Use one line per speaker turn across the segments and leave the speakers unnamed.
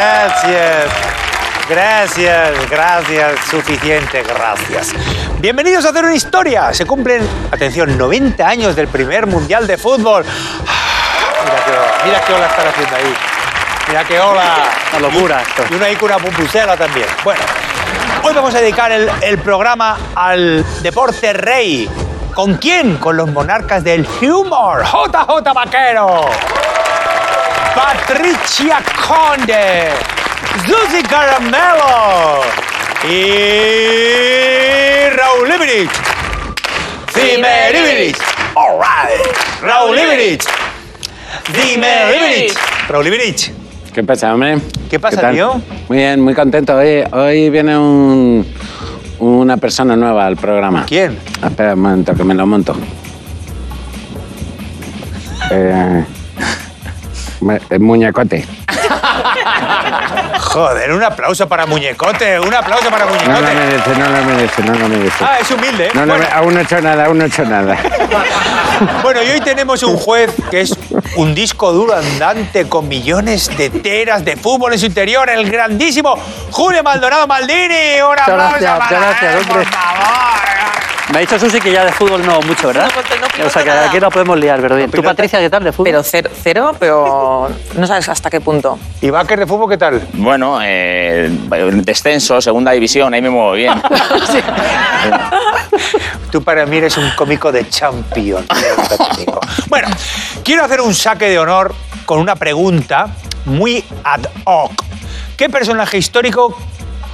Gracias. Gracias, gracias, suficiente, gracias. Bienvenidos a hacer una historia. Se cumplen, atención, 90 años del primer mundial de fútbol. Ah, Mira qué ola, mira qué ola están haciendo ahí. Mira qué ola.
Una locura esto.
Y una ícona pumpucera también. Bueno, hoy vamos a dedicar el, el programa al deporte rey. ¿Con quién? Con los monarcas del humor. JJ Vaquero. Patricia Conde, Susi Caramelo y Raúl Ibrich. Dime Ibrich. All right. Raúl Ibrich. Dime Ibrich. Raúl Ibrich.
¿Qué pasa, hombre?
¿Qué pasa,
tal?
tío?
Muy bien, muy contento. Hoy, hoy viene un, una persona nueva al programa.
¿Quién?
Espera un momento, que me lo monto. Eh, me- el muñecote.
Joder, un aplauso para Muñecote. Un aplauso para
No lo
Muñecote.
merece, no lo merece, no lo merece.
Ah, es humilde. ¿eh?
No lo
bueno,
me- aún no he hecho nada, aún no he hecho nada.
Bueno, y hoy tenemos un juez que es un disco duro andante con millones de teras de fútbol en su interior, el grandísimo Julio Maldonado Maldini. Un aplauso
gracias,
para
muchas gracias,
él,
hombre.
por favor.
Me ha dicho Susi que ya de fútbol no mucho, ¿verdad?
No, porque no
o sea, que
pilota
aquí
nada.
no podemos liar, pero bien. ¿Tú,
pilota.
Patricia, qué tal de fútbol?
Pero cero, cero, pero no sabes hasta qué punto.
¿Y Baker de fútbol qué tal?
Bueno, eh, descenso, segunda división, ahí me muevo bien.
Tú para mí eres un cómico de champion. bueno, quiero hacer un saque de honor con una pregunta muy ad hoc. ¿Qué personaje histórico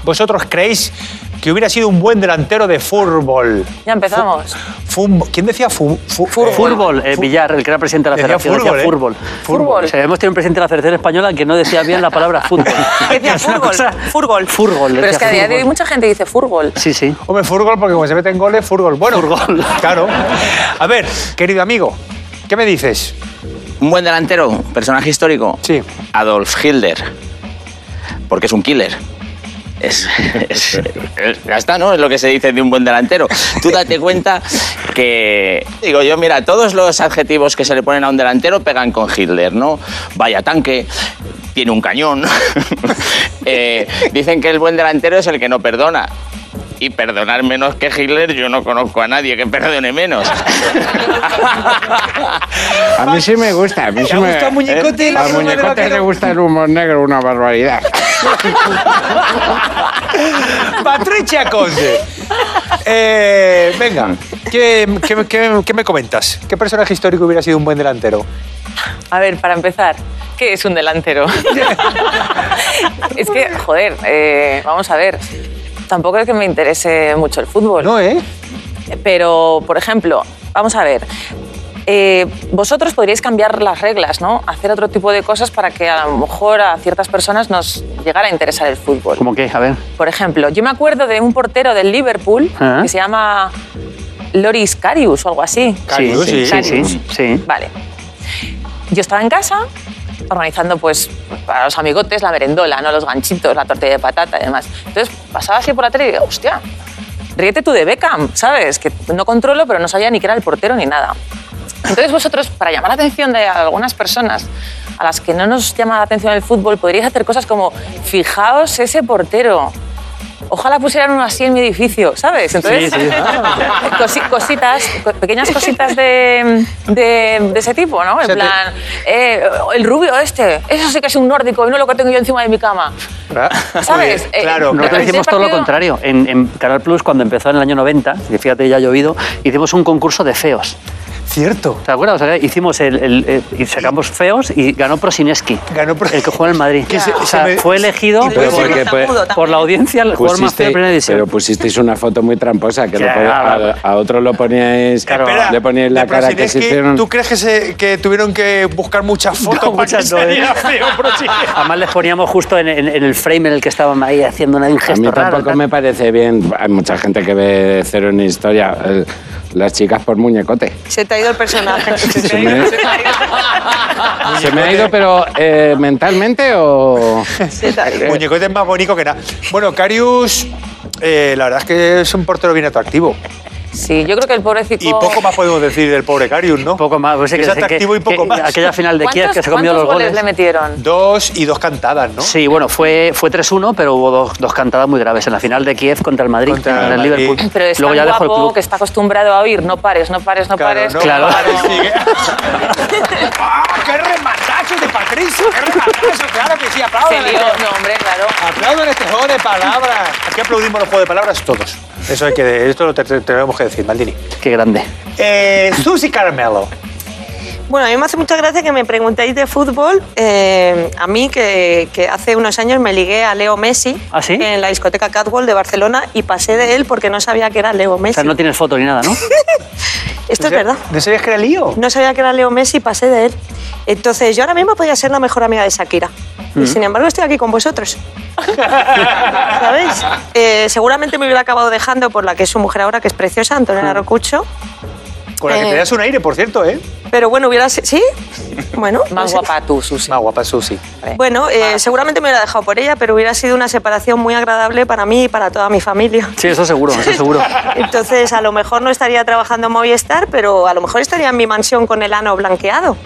vosotros creéis que hubiera sido un buen delantero de fútbol?
Ya empezamos.
Fumbo- ¿Quién decía fu- fu- eh,
Fútbol, eh,
fu-
Villar, el que era presidente de la
Decía
federación,
fútbol, ¿eh?
decía fútbol.
Fútbol.
O sea, hemos tenido un presidente de la federación española que no decía bien la palabra fútbol.
¿Qué decía
Es una
fútbol?
cosa-
Fútbol.
Fútbol,
Pero es
decía
que a día de hoy
fútbol.
mucha gente dice fútbol.
Sí, sí.
Hombre, fútbol, porque como se meten goles, fútbol. Bueno,
Fútbol.
claro. A ver, querido amigo, ¿qué me dices?
un buen delantero, personaje histórico.
Sí.
Adolf Hitler. Porque es un killer. Es, es- es- ya está, ¿no? Es lo que se dice de un buen delantero. Tú date cuenta que, digo yo, mira, todos los adjetivos que se le ponen a un delantero pegan con Hitler, ¿no? Vaya tanque, tiene un cañón. Eh, dicen que el buen delantero es el que no perdona. Y perdonar menos que Hitler, yo no conozco a nadie que perdone menos.
A mí sí me gusta, a mí sí
¿Te ha
me...
gustado Muñecote?
A
Lázaro
muñecote
Vaquero?
le gusta el humor negro, una barbaridad.
Patricia Conde. Eh, venga, ¿qué, qué, qué- qué me comentas? ¿Qué personaje histórico hubiera sido un buen delantero?
A ver, para empezar, ¿qué es un delantero? es que, joder, eh, vamos a ver. Tampoco es que me interese mucho el fútbol.
No, ¿eh?
Pero, por ejemplo, vamos a ver. eh, vosotros podríais cambiar las reglas, ¿no? Hacer otro tipo de cosas para que a lo mejor a ciertas personas nos llegara a interesar el fútbol.
¿Cómo qué? A ver.
Por ejemplo, yo me acuerdo de un portero del Liverpool
Ah.
que se llama Loris Carius o algo así.
Sí,
Carius,
sí, sí,
sí.
sí, sí.
Vale. Yo estaba en casa organizando pues para los amigotes la merendola, ¿no? los ganchitos, la tortilla de patata y demás. Entonces pasaba así por la tele y digo, hostia, ríete tú de Beckham, ¿sabes? Que no controlo, pero no sabía ni que era el portero ni nada. Entonces vosotros, para llamar la atención de algunas personas a las que no nos llama la atención el fútbol, podríais hacer cosas como, fijaos ese portero. Ojalá pusieran uno así en mi edificio, ¿sabes? Entonces,
Sí, sí.
cosi- cositas, co- pequeñas cositas de, de- de ese tipo, ¿no? En
sea, te-
plan, eh, el rubio este, eso sí que es un nórdico y no lo que tengo yo encima de mi cama. ¿Sabes? Eh, no
Claro, claro.
te-
Nosotros
Ese
hicimos todo lo
partido-
contrario. En, en Canal Plus, cuando empezó en el año 90, que fíjate, ya ha llovido, hicimos un concurso de feos.
Cierto.
¿Te acuerdas? O sea, hicimos el, el- el- y sacamos feos y ganó Prosineski.
Ganó Pro-
El que juega en el Madrid.
Que se-
O
se
sea,
me-
fue elegido
Pero
por,
porque, pues,
por la audiencia el jugador más feo de
Pusiste-
primera división.
pero pusisteis una foto muy tramposa que lo
Claro.
pon- a, a otro lo poníais,
Claro.
le poníais la
de
cara que se
Prosineski,
hicieron.
¿Tú crees que, se- que tuvieron que buscar muchas fotos para
muchas
que
no, ¿eh?
saliera feo Prosineski?
Además les poníamos justo en, en- en el frame en el que estaban ahí haciendo una
A mí
ingesta rara.
tampoco
tal.
me parece bien. Hay mucha gente que ve cero en historia. eh, Las chicas por muñecote.
Se te ha ido el personaje.
Se me, se me ha ido, pero eh, mentalmente o.
Se te ha ido.
Muñecote es eh, más bonito que nada. Bueno, Carius, eh, la verdad es que es un portero bien atractivo.
Sí, yo creo que el pobrecito...
Y poco más podemos decir del pobre Carius, ¿no?
Poco más, pues sí
Es
que- que-
atractivo y poco
que-
más.
Aquella final de Kiev que se comió los
cuántos
goles.
le metieron?
Dos y dos cantadas, ¿no?
Sí, bueno, fue, fue 3-1, pero hubo dos, dos cantadas muy graves. En la final de Kiev contra el Madrid,
Contra
contra,
el
el,
Madrid.
Liverpool.
Pero es
Luego
tan
ya dejó el
guapo
club.
que está acostumbrado a oír, no pares, no pares, no pares.
¿no?
Claro.
Vale, sigue. ¡Ah, qué rematazo de Patricio! ¡Qué rematazo! Claro que sí,
Se
aplaudan. este
lió, no, hombre, claro.
Aplaudan este juego de palabras. Aquí aplaudimos los juegos de palabras todos. Eso hay que, esto lo te- te- tenemos que decir, Maldini.
Qué grande.
Eh, Susi Carmelo.
Bueno, a mí me hace mucha gracia que me preguntéis de fútbol. Eh, a mí, que, que hace unos años me ligué a Leo Messi
¿Ah, sí?
en la discoteca Catwall de Barcelona y pasé de él porque no sabía que era Leo
O
Messi.
sea, no tienes foto ni nada, ¿no?
Esto es verdad.
¿No sabías que era lío?
No sabía que era Leo Messi y pasé de él. Entonces, yo ahora mismo podría ser la mejor amiga de Shakira.
Mm.
Y sin embargo, estoy aquí con vosotros. ¿Sabéis? Eh, seguramente me hubiera acabado dejando por la que es su mujer ahora, que es preciosa,
Mm.
Antonella Rocucho.
Con la que
Eh.
te das un aire, por cierto, ¿eh?
Pero bueno, hubiera. si- ¿Sí? Bueno. no
Más
sé.
guapa tú, Susi.
Más guapa, Susi.
Bueno, eh, seguramente me hubiera dejado por ella, pero hubiera sido una separación muy agradable para mí y para toda mi familia.
Sí, eso seguro, eso seguro.
Entonces, a lo mejor no estaría trabajando en Movistar, pero a lo mejor estaría en mi mansión con el ano blanqueado.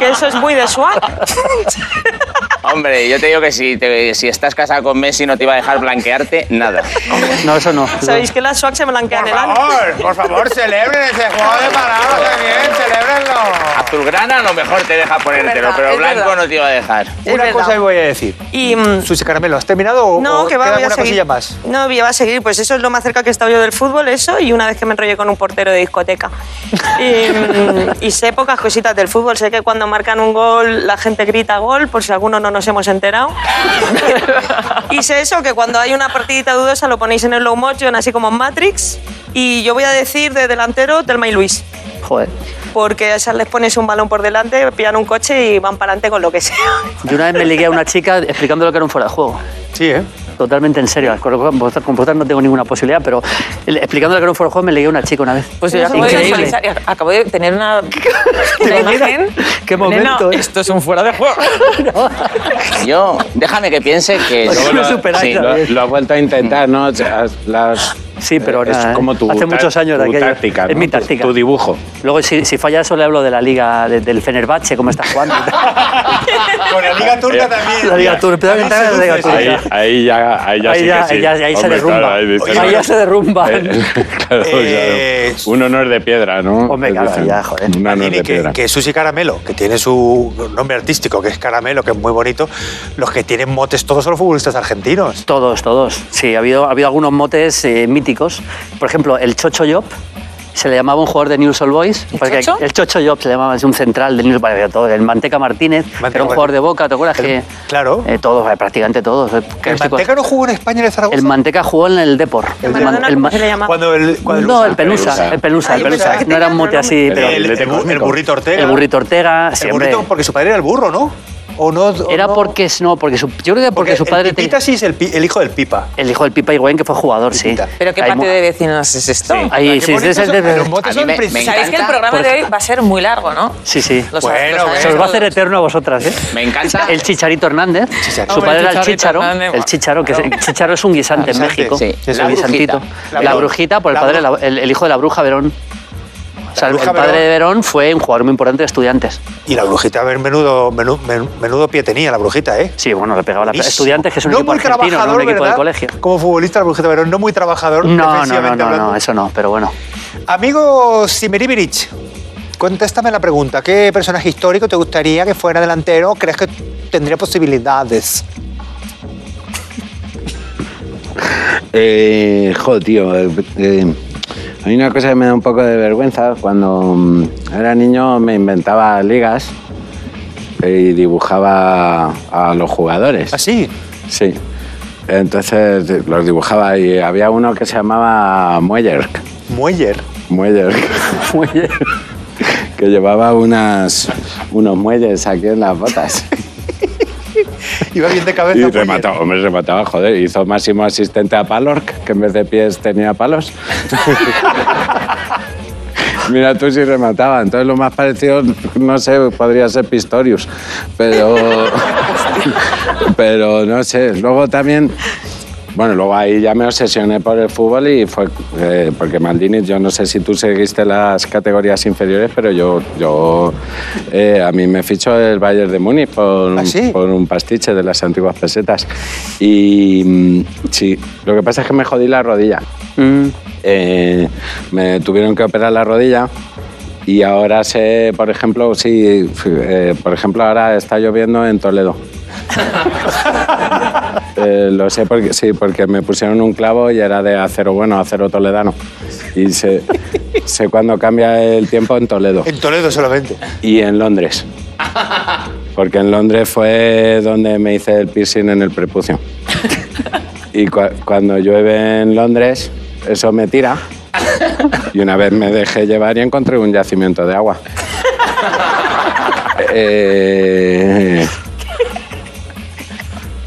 que eso es muy de suave.
Hombre, yo te digo que si, te- si estás casado con Messi no te iba a dejar blanquearte nada.
No, eso no.
Sabéis que las SWAC se blanquean el ano.
por favor, celebren ese juego de palabras también, celebrenlo.
Azulgrana a lo mejor te deja ponértelo,
verdad,
pero
es
blanco
verdad.
no te iba a dejar.
Una
verdad.
cosa que voy a decir.
Y, mm,
Susi Carmelo, ¿has terminado o,
no,
o
que va,
queda
voy a
alguna
seguir.
cosilla más?
No, voy a seguir, pues eso es lo más cerca que he estado yo del fútbol, eso, y una vez que me enrollé con un portero de discoteca. Y, mm, y sé pocas cositas del fútbol, sé que cuando marcan un gol la gente grita gol, por si alguno no nos hemos enterado. y sé eso, que cuando hay una partidita dudosa lo ponéis en el low motion, así como en Matrix, y yo voy a decir de delantero Telma y Luis.
Joder.
Porque a esas les pones un balón por delante, pillan un coche y van para adelante con lo que sea.
Yo una vez me ligué a una chica explicando lo que era un fuera de juego.
Sí, ¿eh?
Totalmente en serio. Con vosotras con vosotras no tengo ninguna posibilidad, pero explicando lo que era un fuera de juego me ligué a una chica una vez.
Pues yo ya acabo de
Increíble.
visualizar, y acabo de tener una, una imagen.
Qué momento, ¿eh?
esto es un fuera de juego.
Yo, déjame que piense que...
Os
yo
lo superáis,
sí,
¿no?
lo-
Lo, lo has vuelto a intentar, ¿no? O sea, has- las-
Sí, pero
es
nada, ¿eh?
como tu
hace
tá-
muchos años de
tu
aquello.
táctica,
Es
¿no?
mi
Tu-
táctica.
Tu dibujo.
Luego, si, si falla eso, le hablo de la liga, de- del Fenerbahce, cómo está jugando. y tal.
Con la Liga Turca también.
Eh, la liga turca. Te da ventaja de la liga turca.
Ahí, ahí ya, ahí ya,
Ahí
sí
ya,
que sí.
ahí ya- ahí se
Hombre,
derrumba.
claro, ahí dices,
ahí ya
bueno,
se derrumba.
eh, claro,
Eh,
claro. Un honor de piedra, ¿no?
Hombre,
Es
claro,
decir,
ya, joder.
Un honor
Martini,
de
que,
piedra.
que Susi Caramelo, que tiene su nombre artístico, que es Caramelo, que es muy bonito, los que tienen motes todos son los futbolistas argentinos.
Todos, todos. Sí, ha habido, ha habido algunos motes eh, míticos. Por ejemplo, el Chocho Job. Se le llamaba un jugador de News All Boys.
¿El
porque
Chocho?
El Chocho Job se le llamaba, es un central de News All Boys. todo. El Manteca Martínez, que
Manteca
era un jugador de boca, ¿te acuerdas?
El-
que,
claro.
eh, todos, eh, prácticamente todos. eh,
¿El
casi-
Manteca no jugó en España en el Zaragoza?
el Manteca jugó en el Depor.
El
Man-
Perdona,
el
¿cómo
Ma-
se le llamaba?
Cuando el, cuando
no, el
Pelusa.
Pelusa, el Pelusa,
Ah,
el
yo pensaba
Pelusa.
que
No era un
tenía
mote
otro
así,
el,
pero
el- el bu- el burrito Ortega.
el burrito Ortega,
El
siempre.
burrito, porque su padre era el burro, ¿no? ¿O no o
Era
no?
porque, no, porque su, yo creo que porque, su padre...
El
te-
Pipita sí es el, pi- el hijo del Pipa.
el hijo del Pipa Higuaín, que fue jugador, sí.
Pipita.
Pero qué
Hay mu-
parte de vecinos es esto.
Sí.
Ahí,
Qué
sí, sí,
bonitos
sí, sí,
son- Los
sí,
motes
A mí
son
me- me
principales.
Sabéis que el
encanta.
programa de hoy va a ser muy largo, ¿no?
sí, sí.
Lo
Bueno,
sabéis, lo
bueno.
sabéis
Se os va a hacer
todos.
eterno a vosotras, ¿eh?
Me encanta...
El Chicharito Hernández,
Chicharito.
su padre era el
Hombre, Chicharito
Chicharo,
Hernández.
el Chicharo, que es, el Chicharo es un guisante en
Guisante,
México,
sí.
es
La
un guisantito.
brujita.
La,
La
brujita por el
bru-
padre, de la- el, el hijo de la bruja Verón. O sea,
La
el,
bruja
el padre
Verón.
de Verón fue un jugador muy importante de estudiantes.
Y la brujita, a ver, menudo, menu- menu- menudo pie tenía la brujita, ¿eh?
Sí, bueno, le pegaba a la
Buenísimo.
estudiantes, que es un
no
equipo
muy
argentino, no
trabajador,
un equipo
¿verdad?
del colegio.
Como futbolista, la brujita Verón, no muy trabajador.
No, no, no,
defensivamente
no,
hablando.
no, eso no, pero bueno.
Amigo Simeribirich, contéstame la pregunta. ¿Qué personaje histórico te gustaría que fuera delantero o crees que tendría posibilidades?
Eh, joder, tío. eh, eh, hay una cosa que me da un poco de vergüenza. Cuando mm, era niño me inventaba ligas y dibujaba a los jugadores.
¿Así?
Sí. Entonces eh, los dibujaba y había uno que se llamaba Mueller.
Mueller.
Mueller. Mueller. Que llevaba unas, unos muelles aquí en las botas.
Iba bien de cabeza. pues,
Y
Mueller.
remataba, hombre, remataba, joder. Hizo máximo asistente a Palorc, que en vez de pies tenía palos. Mira tú si remataba. Entonces lo más parecido, no sé, podría ser Pistorius. Pero. pero no sé. Luego también. Bueno, luego ahí ya me obsesioné por el fútbol y fue eh, porque Maldini, yo no sé si tú seguiste las categorías inferiores, pero yo, yo eh, a mí me fichó el Bayern de Múnich por,
¿Ah, sí?
por un pastiche de las antiguas pesetas. Y mm, sí, lo que pasa es que me jodí la rodilla.
Mm.
Eh, me tuvieron que operar la rodilla y ahora sé, por ejemplo, sí, f- eh, por ejemplo, ahora está lloviendo en Toledo. Eh, lo sé porque sí, porque me pusieron un clavo y era de acero bueno, acero toledano. Y sé, sé cuándo cambia el tiempo en Toledo
En Toledo solamente.
y en Londres. Porque en Londres fue donde me hice el piercing en el prepucio. Y cua- cuando llueve en Londres, eso me tira. Y una vez me dejé llevar y encontré un yacimiento de agua. Eh,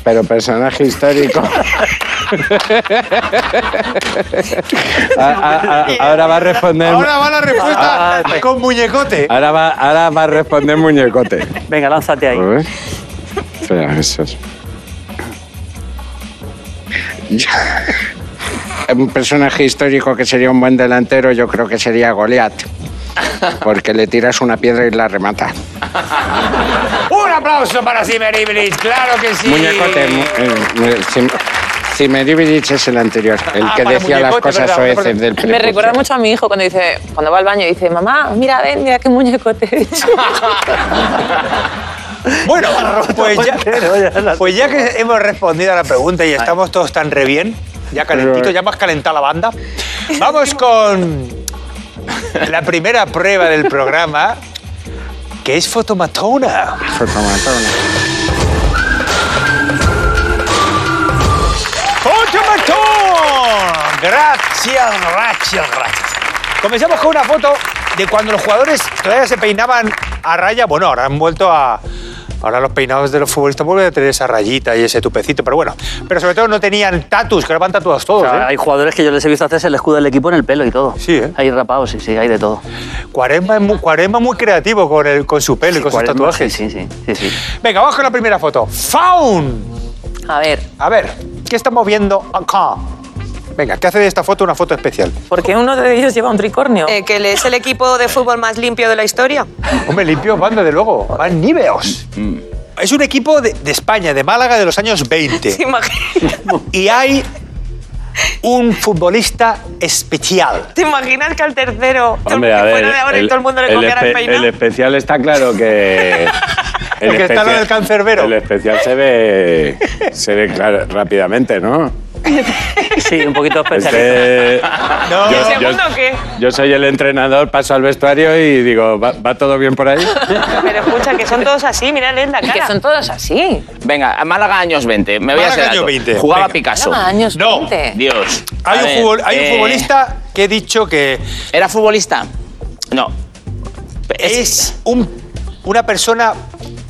pero personaje histórico. A- a- a- ahora va a responder.
Ahora va la respuesta
Ah, sí.
con muñecote.
Ahora va, ahora va a responder muñecote.
Venga, lánzate ahí.
A ver. Espera, eso es. Un personaje histórico que sería un buen delantero, yo creo que sería Goliat. Porque le tiras una piedra y la remata.
Un aplauso para Simer Iblis, claro que sí.
Muñecote. mu- eh, mu- Sim- Simeribirich es el anterior, el
Ah,
que
para
decía las
muñecote,
cosas
verdad,
oeces
perdón.
del
Me
prepucio.
recuerda mucho a mi hijo cuando dice, cuando va al baño y dice, mamá, mira, ven, mira qué muñeco te he hecho".
Bueno,
Ah,
pues ya, pues ya que hemos respondido a la pregunta y estamos todos tan re bien, ya
eh.
calentito, ya más calentada la banda, vamos con la primera prueba del programa, que es fotomatona. ¡Fotomatón! Gracias, gracias, gracias. Comenzamos con una foto de cuando los jugadores todavía se peinaban a raya. Bueno, ahora han vuelto a. Ahora los peinados de los futbolistas vuelven a tener esa rayita y ese tupecito, pero bueno. Pero sobre todo no tenían tatus, que ahora van tatuados todos.
O sea,
¿eh?
hay jugadores que yo les he visto hacerse el escudo del equipo en el pelo y todo.
Sí, ¿eh?
Hay rapados, sí, sí, hay de todo.
Cuaresma es muy, Cuaresma es muy creativo con, el, con su pelo y con sus
Cuaresma,
tatuajes.
Sí, sí, sí, sí, sí.
Venga, vamos con la primera foto. ¡Faun!
A ver,
A ver, ¿qué estamos viendo acá? Venga, ¿qué hace de esta foto una foto especial?
¿por qué uno de ellos lleva un tricornio?
Eh, que es el equipo de fútbol más limpio de la historia.
Hombre, limpios van desde luego, van níveos. Es un equipo de, de España, de Málaga de los años 20.
¿Te imaginas,
Y hay un futbolista especial.
te imaginas que al tercero todo el
Hombre, a
que
ver,
fuera de ahora y todo el mundo le
el
cogiera el
espe- el
peinado?
especial está claro que. el
Porque está lo del cancerbero.
El especial se ve, se ve claro, rápidamente, ¿no?
Sí, un poquito especialista.
Este-
No,
¿Y el Pues segundo qué?
yo soy el entrenador, paso al vestuario y digo, ¿va, va todo bien por ahí?
Pero escucha, que son todos así, mirales la
Y que
cara.
son todos así.
Venga, a Málaga años 20. Me voy
Málaga
a hacer
años 20,
Jugaba
venga.
Picasso.
Llama años
No.
20.
Dios.
hay,
A
un
ver,
futbol- hay un
eh,
futbolista que he dicho que
¿Era futbolista? No.
es un- una persona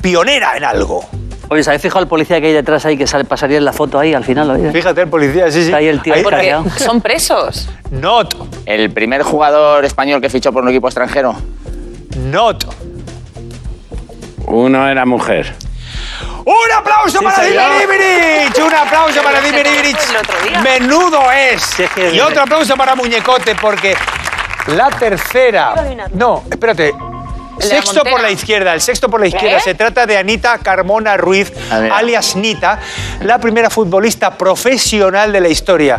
pionera en algo.
Oye, ¿sabéis fijado al policía que hay detrás ahí que sale, pasaría en la foto ahí al final? oye?
Fíjate el policía, sí, sí.
Está ahí el tío
Ahí-
por-
Porque
Callao.
son presos.
Not,
¿El primer jugador español que fichó por un equipo extranjero?
not.
Uno era mujer.
¡Un aplauso para
señor.
Dimitri Ibrich! ¡Un aplauso para
Pero
Dimitri
se me
Ibrich!
fue el otro día.
¡Menudo es!
es que-
y otro aplauso para Muñecote, porque la tercera...
Iba a adivinar.
No, espérate. Sexto
Montera.
por la izquierda, el sexto por la izquierda.
¿Eh?
Se trata de Anita Carmona Ruiz,
A ver.
alias Nita, la primera futbolista profesional de la historia.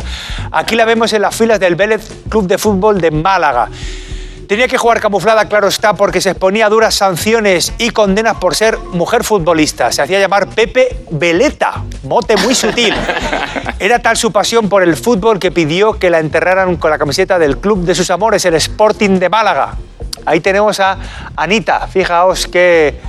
Aquí la vemos en las filas del Vélez Club de Fútbol de Málaga. Tenía que jugar camuflada, claro está, porque se exponía a duras sanciones y condenas por ser mujer futbolista. Se hacía llamar Pepe Veleta, mote muy sutil. Era tal su pasión por el fútbol que pidió que la enterraran con la camiseta del club de sus amores, el Sporting de Málaga. Ahí tenemos a Anita, fijaos qué,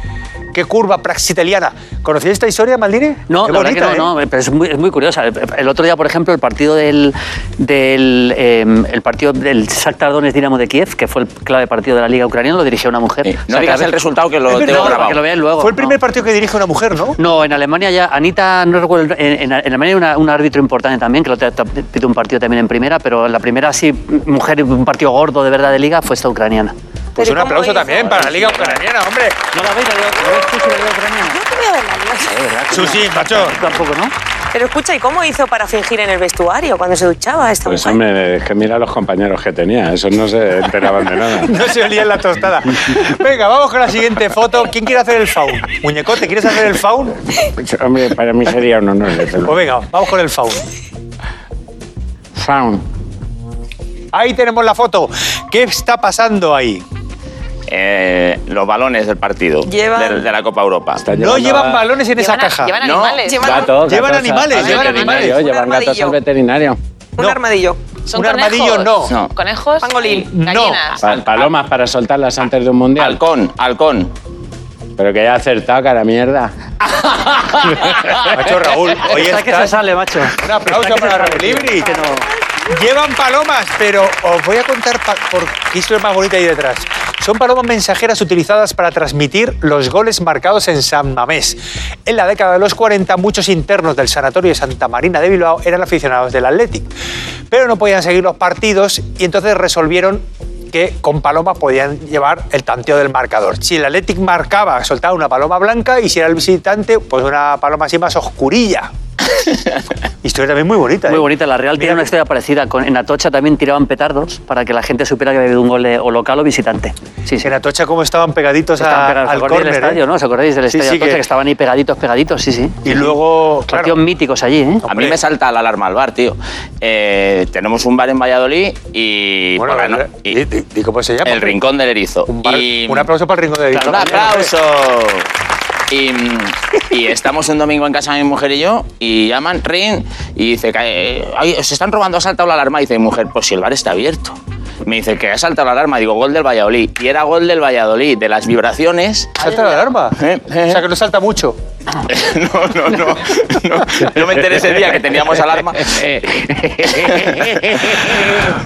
qué curva praxiteliana. ¿Conocíais esta historia, Maldini?
No,
Qué
la verdad que
bonita,
no,
¿eh?
no, pero es muy, es muy curiosa. El, el otro día, por ejemplo, el partido del, del, eh, el partido del Shakhtar Donetsk Dinamo de Kiev, que fue el clave partido de la Liga Ucraniana, lo dirigió una mujer.
Eh,
O sea,
no
que
digas
a
el
ver-
resultado que
Es
lo
verdad,
tengo
para
grabado.
que lo veáis luego.
Fue el
no.
primer partido que dirige una mujer, ¿no?
No, en Alemania ya, Anita, no recuerdo, en, en- en Alemania hay una- un árbitro importante también, que lo te- te- pite un partido también en primera, pero la primera sí, mujer, un partido gordo de verdad de liga, fue esta ucraniana.
Pues
Pero
un
¿cómo
aplauso
hizo?
también para la Liga Ucraniana, hombre.
¿No la veis, la Liga- la veis tú, si la Liga ucraniana?
Susi, macho.
Tampoco, ¿no?
Pero escucha, ¿y cómo hizo para fingir en el vestuario cuando se duchaba esta
Pues
mujer?
hombre, es que mira los compañeros que tenía, esos no se enteraban de nada.
No se olía la tostada. Venga, vamos con la siguiente foto. ¿Quién quiere hacer el faun? Muñecote, ¿quieres hacer el faun?
Pues, hombre, para mí sería un honor. desde
Pues
luego.
venga, vamos con el faun.
Faun.
Ahí tenemos la foto. ¿Qué está pasando ahí?
Eh, los balones del partido,
Llevan-
del- de, la Copa Europa.
Está
No
llevando
llevan
a-
balones en esa
Llevan a-
caja.
llevan
No,
animales.
llevan-
Gatos,
Llevan
gatos
animales,
al
llevan
veterinario,
animales.
Llevan
Un
gatos al
armadillo.
veterinario.
Un
No.
armadillo.
¿Son
un
conejos?
armadillo no.
No.
¿Conejos? eh,
Pangolín.
Gallinas.
Pa- palomas para soltarlas antes de un mundial.
Halcón, halcón.
Pero que haya acertado, cara mierda.
Macho Raúl, hoy
Está que se
estás...
sale, macho.
Un aplauso
Está que se
para
sale,
Raúl
tío.
Ibri.
Que no-
Llevan palomas, pero os voy a contar pa- por qué es lo más bonito ahí detrás. Son palomas mensajeras utilizadas para transmitir los goles marcados en San Mamés. En la década de los 40, muchos internos del Sanatorio de Santa Marina de Bilbao eran aficionados del Athletic, pero no podían seguir los partidos y entonces resolvieron que con palomas podían llevar el tanteo del marcador. Si el Athletic marcaba, soltaba una paloma blanca y si era el visitante, pues una paloma así más oscurilla. Historia también muy bonita.
Muy
¿eh?
bonita, la Real
Mira
tiene una
que-
historia parecida. Con, en Atocha también tiraban petardos para que la gente supiera que había habido un gol de- o local o visitante. Sí, sí.
En Atocha cómo estaban pegaditos,
Estaban
a-
pegados, ¿os
al
acordáis
córner.
del estadio,
¿eh?
¿no? ¿Os acordáis del
Sí,
estadio
sí,
Atocha
que-
que... estaban ahí pegaditos, pegaditos? Sí, sí.
Y luego,
Partidos
claro,
míticos allí, ¿eh?
A mí me salta la alarma al bar, tío. Eh, tenemos un bar en Valladolid y.
bueno,
por la no-
eh,
y-
di- di- di ¿cómo se llama?
el Rincón del Erizo.
Un, bar-
Y-
un aplauso para el rincón de
Claro, un aplauso. Y, y estamos un domingo en casa mi mujer y yo y llaman, ring y dice que eh, "Ay, se están robando, ha saltado la alarma. Y dice mi mujer, pues si el bar está abierto. Me dice que ha saltado la alarma, digo gol del Valladolid. Y era gol del Valladolid, de las vibraciones.
Salta la alarma.
Eh, eh.
O sea que no salta mucho.
No, no, no, no. Yo me enteré ese día que teníamos alarma.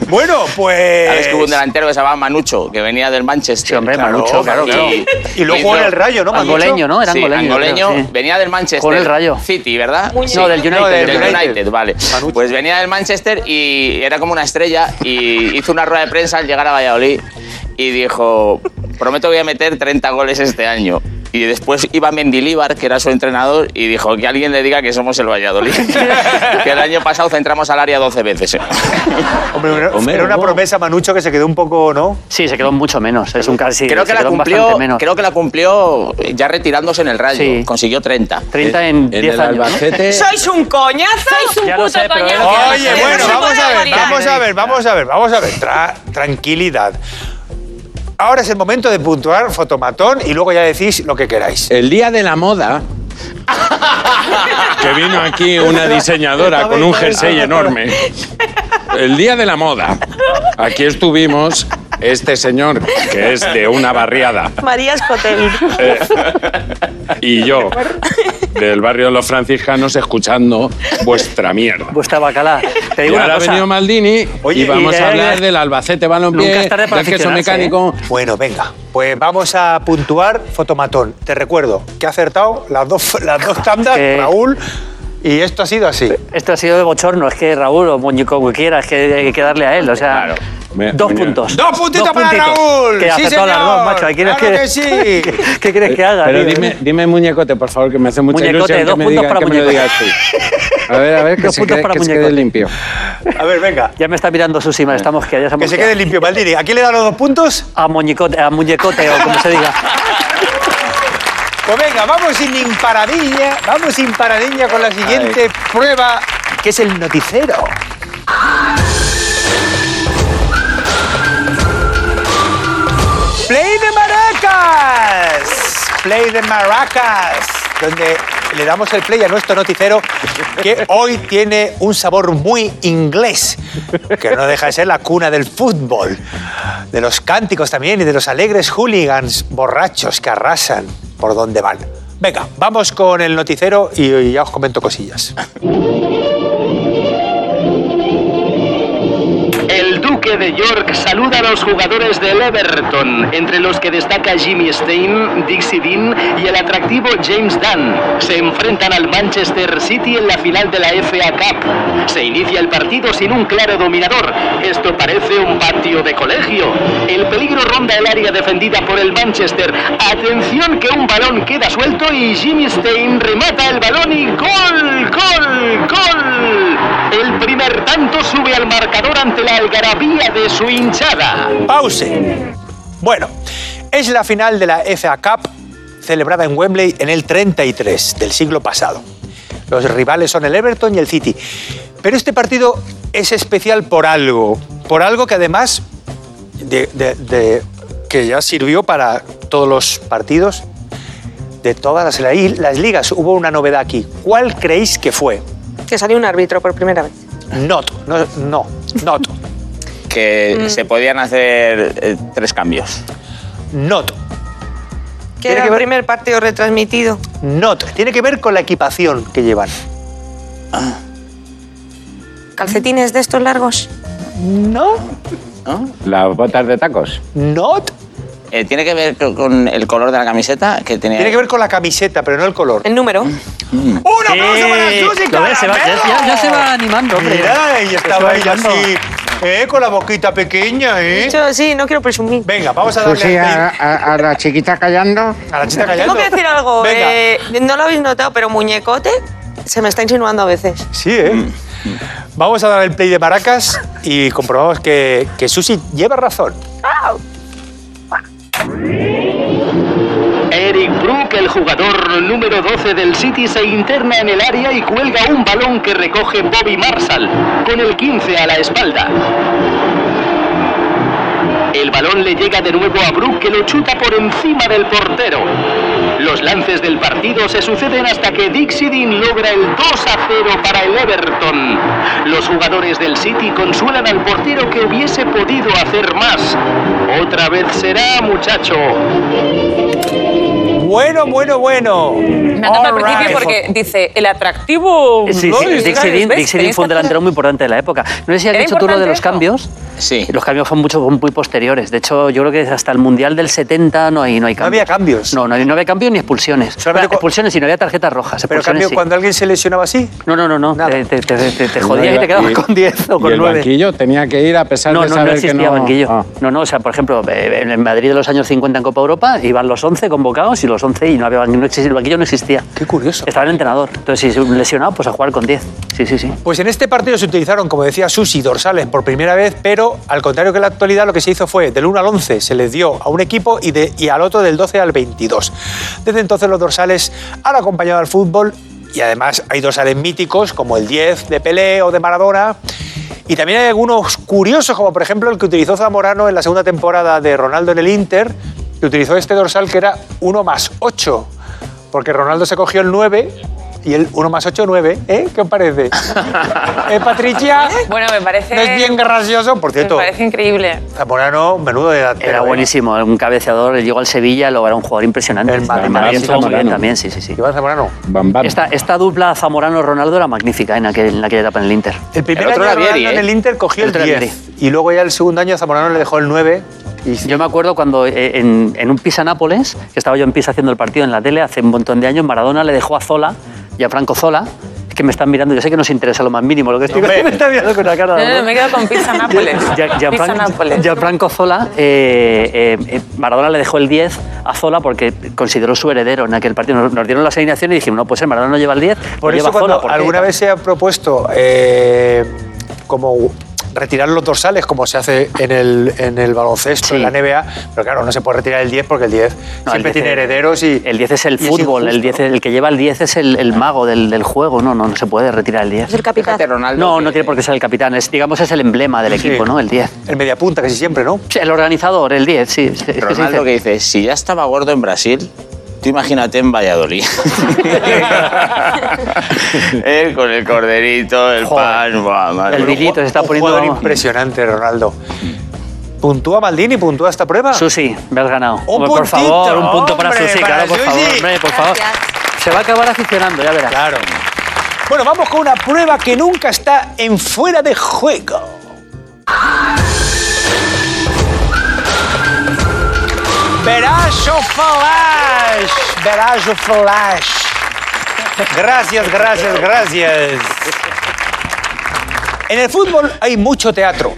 Bueno, pues.
Sabes que hubo un delantero que se llamaba Manucho, que venía del Manchester.
Sí, hombre, Manucho, claro, claro.
Y luego jugó en el Rayo, ¿no, Manucho?
Angoleño, ¿no? Era
Sí,
angoleño. yo creo,
angoleño,
sí.
venía del Manchester.
Con el Rayo.
City, ¿verdad?
No, del United.
No, del
yo
Del
creo.
United.
United, vale.
Manucho.
Pues venía del Manchester y era como una estrella y hizo una rueda de prensa al llegar a Valladolid y dijo, prometo que voy a meter 30 goles este año. Y después iba Mendilíbar, que era su entrenador, y dijo que alguien le diga que somos el Valladolid. que el año pasado centramos al área 12 veces.
Hombre, era-
Homero,
era una
¿no?
promesa, Manucho, que se quedó un poco, ¿no?
Sí, se quedó mucho menos. Es un casi.
creo, que
se
la
quedó
cumplió,
bastante menos.
creo que la cumplió ya retirándose en el Rayo.
Sí.
Consiguió 30.
30
Mm.
en
En
10
el
años. ¿no?
Albacete.
¡Sois un coñazo!
un
Ya lo sé, pero
coñazo.
es-
Oye,
no
bueno,
se
vamos
puede
a ver,
variar.
vamos a ver, vamos a ver, vamos a ver. Tra- tranquilidad. Ahora es el momento de puntuar fotomatón y luego ya decís lo que queráis.
El día de la moda.
Que vino aquí una diseñadora con un jersey enorme. El día de la moda. Aquí estuvimos este señor, que es de una barriada,
María Escotel.
y yo, del barrio de los franciscanos, escuchando vuestra mierda.
Vuestra bacala. Te
Y
digo
ahora
una
ha
cosa.
venido Maldini
Oye,
y vamos
y-
a hablar del Albacete Balompié,
Nunca es tarde para
del queso
aficionarse, ¿eh?
mecánico.
Bueno, venga, pues vamos a puntuar fotomatón. Te recuerdo que ha acertado las dos, las dos tandas,
Que-
Raúl, y esto ha sido así.
Esto ha sido de bochorno. Es que Raúl o Muñeco, cualquiera, es que hay que darle a él. O sea,
Me-
dos
Muñeco.
puntos.
¡Dos puntitos para
puntitos.
Raúl!
Que
¡Sí,
acertó las
señor!
dos, macho. ¿Qué quieres
¡Claro que
que- ¿Qué quieres que haga?
Pero
tío?
dime, dime muñecote, por favor, que me hace mucha
Muñecote,
ilusión que
dos
me,
puntos
diga-
para
que me lo digas
muñecote.
tú. A ver, a ver, que,
Dos
se,
puntos
quede,
para
que se quede
muñecote.
limpio.
A ver, venga,
Ya me está mirando Susima, estamos que ya se
que se quede limpio, Maldini. ¿A quién le da los dos puntos?
A muñecote, a muñecote o como se diga.
Pues venga, vamos sin imparadilla, vamos sin paradilla con la siguiente prueba, que es el noticero. Play de Maracas. Play de Maracas, donde le damos el play a nuestro noticero que hoy tiene un sabor muy inglés, que no deja de ser la cuna del fútbol, de los cánticos también y de los alegres hooligans borrachos que arrasan por donde van. Venga, vamos con el noticero y, y ya os comento cosillas.
El Duque Duque de York saluda a los jugadores del Everton, entre los que destaca Jimmy Stein, Dixie Dean y el atractivo James Dunn. Se enfrentan al Manchester City en la final de la FA Cup. Se inicia el partido sin un claro dominador. Esto parece un patio de colegio. El peligro ronda el área defendida por el Manchester. Atención que un balón queda suelto y Jimmy Stein remata el balón y gol, gol, gol. El primer tanto sube al marcador ante la algarabía de su hinchada.
Pause. Bueno, es la final de la FA Cup celebrada en Wembley en el 33 del siglo pasado. Los rivales son el Everton y el City. Pero este partido es especial por algo, por algo que además de, de- de- que ya sirvió para todos los partidos de todas las, las ligas. Hubo una novedad aquí. ¿Cuál creéis que fue?
Que salió un árbitro por primera vez.
Not, no, no, not,
Que se podían hacer eh, tres cambios.
not,
Que era
que
el
ver-
primer partido retransmitido.
not. Tiene que ver con la equipación que llevan.
Calcetines de estos largos.
No,
Las botas de tacos.
not.
Eh, ¿Tiene que ver co- con el color de la camiseta? Que tenía...
Tiene que ver con la camiseta, pero no el color.
El número.
¡Un aplauso para
Sí,
Susi
lo ves, se va-
Caramelo!
ya, ya se va animando, hombre.
Mira, ella
Se
estaba
va
ella
animando.
así, eh, con la boquita pequeña, ¿eh?
Yo sí, no quiero presumir.
Venga, vamos a
Pues sí,
darle
a, a- a la chiquita callando.
a la chica callando.
Tengo que decir algo.
Venga.
eh, no lo habéis notado, pero muñecote se me está insinuando a veces.
Sí,
Mm.
¿eh? Vamos a dar el play de Maracas y comprobamos que, que Susi lleva razón.
Eric Brook, el jugador número 12 del City, se interna en el área y cuelga un balón que recoge Bobby Marshall, con el 15 a la espalda. El balón le llega de nuevo a Brook que lo chuta por encima del portero. Los lances del partido se suceden hasta que Dixie Dean logra el 2 a 0 para el Everton. Los jugadores del City consuelan al portero que hubiese podido hacer más. Otra vez será, muchacho.
Bueno, bueno, bueno.
Me encanta al
All
principio
right.
porque dice el atractivo.
Sí,
gol,
sí,
Goles,
Dixie
goles,
Dean-
¿ves?
Dixie Dean fue un delantero muy importante de la época. No sé si has
Era
dicho tú lo de
importante
los
eso.
cambios.
Sí.
Los cambios fueron mucho, fueron muy pues, posteriores. De hecho, yo creo que hasta el Mundial del 70 no hay, no hay
No
cambios.
había cambios.
No, no, hay- no había cambios ni expulsiones.
Solamente
Bueno,
cu-
expulsiones y pues no había tarjetas rojas.
Pero
expulsiones
cambio,
sí.
cuando alguien se lesionaba así,
No, no, no, no.
Nada.
Te, te- te- te- te jodía y te quedabas
Y-
con 10 o
y
con
el
9.
banquillo tenía que ir a pesar
No,
de
no, no
saber que
existía
no...
banquillo.
Ah.
No, no, o sea, por ejemplo, eh, en el Madrid de los años 50 en Copa Europa iban los 11 convocados y los 11 y no había ban- no existía, el banquillo no existía.
qué curioso.
Estaba el entrenador. Entonces, si es un lesionado, pues a jugar con 10. Sí, sí, sí.
Pues en este partido se utilizaron, como decía Susi, dorsales por primera vez, pero al contrario que en la actualidad, lo que se hizo fue del 1 al 11 se les dio a un equipo y, de- y al otro del 12 al 22. Desde entonces los dorsales han acompañado al fútbol y además hay dorsales míticos como el 10 de Pelé o de Maradona. Y también hay algunos curiosos, como por ejemplo el que utilizó Zamorano en la segunda temporada de Ronaldo en el Inter, que utilizó este dorsal que era 1 más 8, porque Ronaldo se cogió el 9 y el 1 más 8, 9. ¿Eh? ¿Qué os parece? Eh, Patricia,
Bueno, me parece.
no es bien gracioso, por
Me
cierto.
parece increíble.
Zamorano, menudo de edad. ¿eh?
Era buenísimo, un cabeceador, llegó al Sevilla, lo era un jugador impresionante.
El Madrid,
También
Madrid,
estuvo muy bien
Zamorano.
también, sí, sí, sí.
Iván Zamorano.
Bam, bam.
Esta, esta dupla Zamorano-Ronaldo era magnífica eh, en, aquel- en aquella etapa en el Inter.
El primer
El
año
otro era
Ronaldo
Vieri,
en
¿eh?
el Inter cogió el,
El otro era
10 y luego ya el segundo año Zamorano le dejó el 9 y
Yo me acuerdo cuando eh, en, en un Pisa Nápoles, que estaba yo en Pisa haciendo el partido en la tele hace un montón de años, Maradona le dejó a Zola y a Franco Zola, es que me están mirando, yo sé que nos interesa lo más mínimo lo que estoy
Hombre.
me están mirando con la cara de
No, no, no, me he quedado con Pizza Eh, Nápoles.
Ya- ya
Pizza
Fran-
Nápoles.
ya Franco Zola, eh, eh, eh, Maradona le dejó el 10 a Zola porque consideró su heredero en aquel partido. Nos, nos dieron las alineaciones y dijimos, no, pues el Maradona no lleva el 10,
Por
lo
eso
lleva
cuando
Zola. ¿por qué?
alguna vez se ha propuesto eh, como retirar los dorsales como se hace en el, en el baloncesto,
Sí.
en la NBA, pero claro, no se puede retirar el 10 porque el 10
No, el
siempre
10
tiene
es-
herederos y...
El 10 es el
y
fútbol, el,
injusto.
10 el que lleva el 10 es el, el mago del, del juego, no, no, no se puede retirar el 10.
Es el capitán.
Fíjate, Ronaldo,
No,
que-
no tiene por qué ser el capitán. Es, digamos, es el emblema del
Sí.
equipo, ¿no? El 10.
El mediapunta casi siempre, ¿no?
Sí, El organizador, el 10, sí. Es- es que se
Ronaldo que
dice-
dice, si ya estaba gordo en Brasil, tú imagínate en Valladolid. Él con el corderito, el
Joder.
pan, buah, madre.
El este.
mía.
Bilito se está
un
poniendo,
jugador
vamos.
impresionante, Ronaldo. ¿Puntúa Maldini? ¿Puntúa esta prueba?
Susi, me has ganado.
Un
Hombre, por
puntito,
favor, un punto para
hombre,
Susi,
para
claro, por favor,
Susi.
hombre, por favor. Se va a acabar aficionando, ya verás.
Claro. Bueno, vamos con una prueba que nunca está en fuera de juego. Verás o flash. Verás o flash. Gracias, gracias, gracias. En el fútbol hay mucho teatro.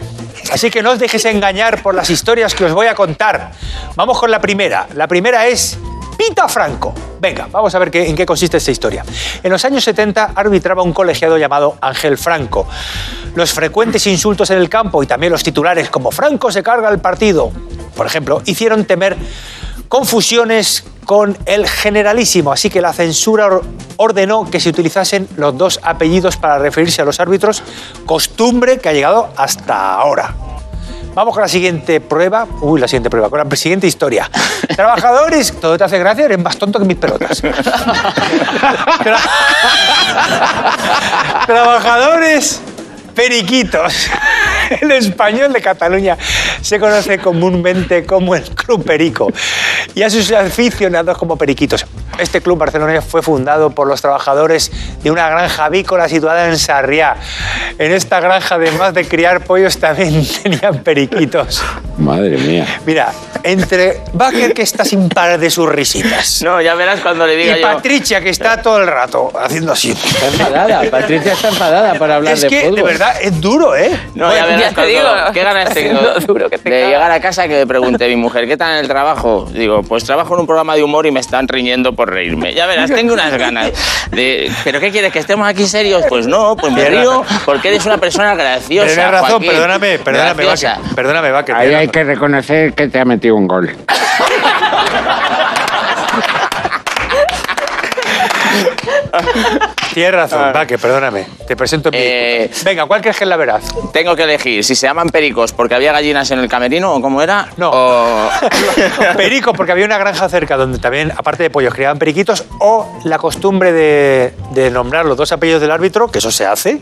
Así que no os dejéis engañar por las historias que os voy a contar. Vamos con la primera. La primera es Pita Franco. Venga, vamos a ver qué- en qué consiste esta historia. En los años 70 arbitraba un colegiado llamado Ángel Franco. Los frecuentes insultos en el campo y también los titulares como Franco se carga el partido, por ejemplo, hicieron temer confusiones con el generalísimo, así que la censura or- ordenó que se utilizasen los dos apellidos para referirse a los árbitros, costumbre que ha llegado hasta ahora. Vamos con la siguiente prueba. Uy, la siguiente prueba, con la siguiente historia. Trabajadores, todo te hace gracia, eres más tonto que mis pelotas. Tra- Trabajadores periquitos. El español de Cataluña se conoce comúnmente como el Club Perico y a sus aficionados como periquitos. Este club barcelonés fue fundado por los trabajadores de una granja avícola situada en Sarriá. En esta granja, además de criar pollos, también tenían periquitos.
Madre mía.
Mira, entre Baker, que está sin parar de sus risitas,
No, ya verás cuando le
y
diga yo.
Patricia, que está todo el rato haciendo así.
Está enfadada. Patricia está enfadada por hablar
Es
de
que,
fútbol.
de verdad, es duro, ¿eh?
No, ya verás
ya te
cuando-
digo.
¿Qué ganas tengo
Lo duro que te
de
cagas.
llegar a casa que me pregunte mi mujer, ¿qué tal el trabajo? Digo, pues trabajo en un programa de humor y me están riñendo por reírme. Ya verás, tengo unas ganas. de- ¿Pero qué quieres? ¿Que estemos aquí serios? Pues no, pues me
Tienes
río porque eres una persona graciosa.
Tienes razón,
Joaquín.
perdóname, perdóname,
Graciosa.
Baker. Perdóname, Baker.
Ahí
tienes
hay que reconocer que te ha metido un gol.
Tienes
Ah.
razón, Baque, perdóname. Te presento mi.
Eh,
Venga, ¿cuál crees que es la veraz?
Tengo que elegir si se llaman pericos porque había gallinas en el camerino o cómo era.
No.
o-
Perico, porque había una granja cerca donde también, aparte de pollos, criaban periquitos, o la costumbre de, de nombrar los dos apellidos del árbitro, que eso se hace,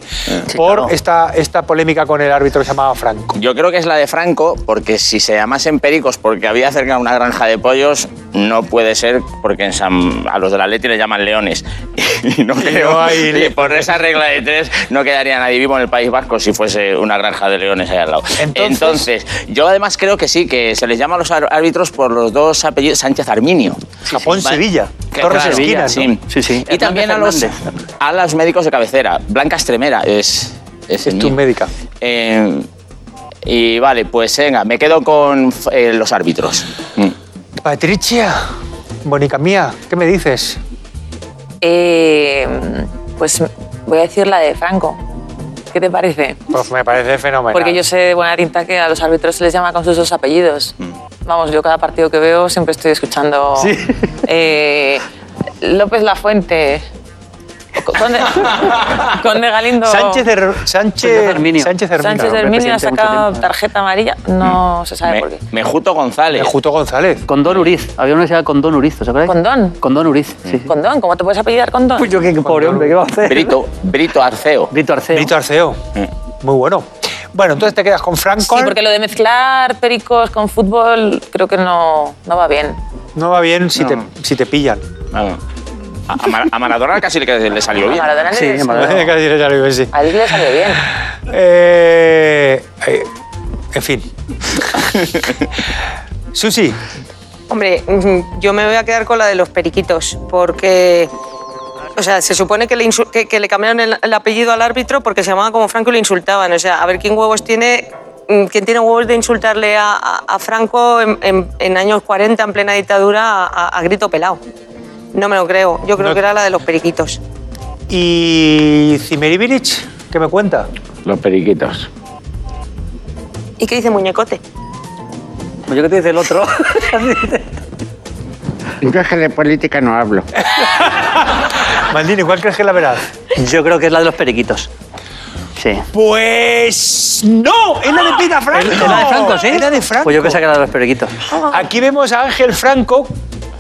por esta, esta polémica con el árbitro que se llamaba Franco.
Yo creo que es la de Franco, porque si se llamasen pericos porque había cerca una granja de pollos, no puede ser porque en San- a los de la Leti le llaman leones. Y no creo.
no hay
y
le-
por esa regla de tres no quedaría nadie vivo en el País Vasco si fuese una granja de leones ahí al lado.
Entonces-
Entonces, yo además creo que sí, que se les llama a los ar- árbitros por los dos apellidos Sánchez Arminio.
Japón-Sevilla.
Que-
Torres
claro,
Esquinas.
Sevilla,
¿no?
Sí,
Sí, sí.
sí. Y
Hernández
también a los,
Hernández.
a los médicos de cabecera. Blanca Estremera es. Es, el
Es tu
mío.
médica.
Eh, y vale, pues venga, me quedo con eh, los árbitros. Mm.
Patricia, Mónica mía, ¿qué me dices?
Eh, pues voy a decir la de Franco. ¿Qué te parece?
Pues me parece fenomenal.
Porque yo sé de buena tinta que a los árbitros se les llama con sus dos apellidos.
Mm.
Vamos, yo cada partido que veo siempre estoy escuchando. eh, López La Fuente. Conde, Conde Galindo.
Sánchez, Her-
Pues
Sánchez,
yo Herminio.
Sánchez Herminio.
Sánchez
Claro,
Herminio ha
representa mucho
sacado
tiempo. Mm.
tarjeta amarilla. No se sabe
Me,
por qué.
Mejuto González.
Juto González.
Con Don Uriz. Había una que se llamaba Condón Uriz, ¿os acordáis?
Condón.
Condón Uriz, sí. sí.
Condón, ¿cómo te puedes apellidar Condón?
Pues yo qué pobre hombre, ¿qué va a hacer?
Brito, Brito Arceo.
Brito Arceo.
Benito Arceo. Muy bueno. Bueno, entonces te quedas con Franco.
Sí, porque lo de mezclar pericos con fútbol creo que no, no va bien.
No va bien si, te, si te pillan.
Ah, A, a Mar- a Maradona casi le, le salió
A
bien.
Maradona
Sí,
le-
a Maradona.
Casi le sale bien, sí.
a él le salió bien.
Eh, eh, en fin. Susi,
Hombre, mm, yo me voy a quedar con la de los periquitos, porque. O sea, se supone que le, insu- que, que le cambiaron el, el apellido al árbitro porque se llamaba como Franco y le insultaban. O sea, a ver quién huevos tiene. mm, ¿Quién tiene huevos de insultarle a, a- a Franco en, en- en años 40, en plena dictadura, a, a- a grito pelado? No me lo creo. Yo creo
No-
que era la de los periquitos.
¿y Zimerivirich? ¿Qué me cuenta?
Los periquitos.
¿Y qué dice Muñecote?
Pues yo qué te dice el otro.
Yo es que de política no hablo.
Maldini, ¿cuál crees que es la verdad?
yo creo que es la de los periquitos. Sí.
Pues no, Ah, es la de Pita Franco. Pues
¿Es la de Franco, sí?
Es la de Franco. Ah,
Pues yo pensaba que era de los periquitos.
Aquí vemos a Ángel Franco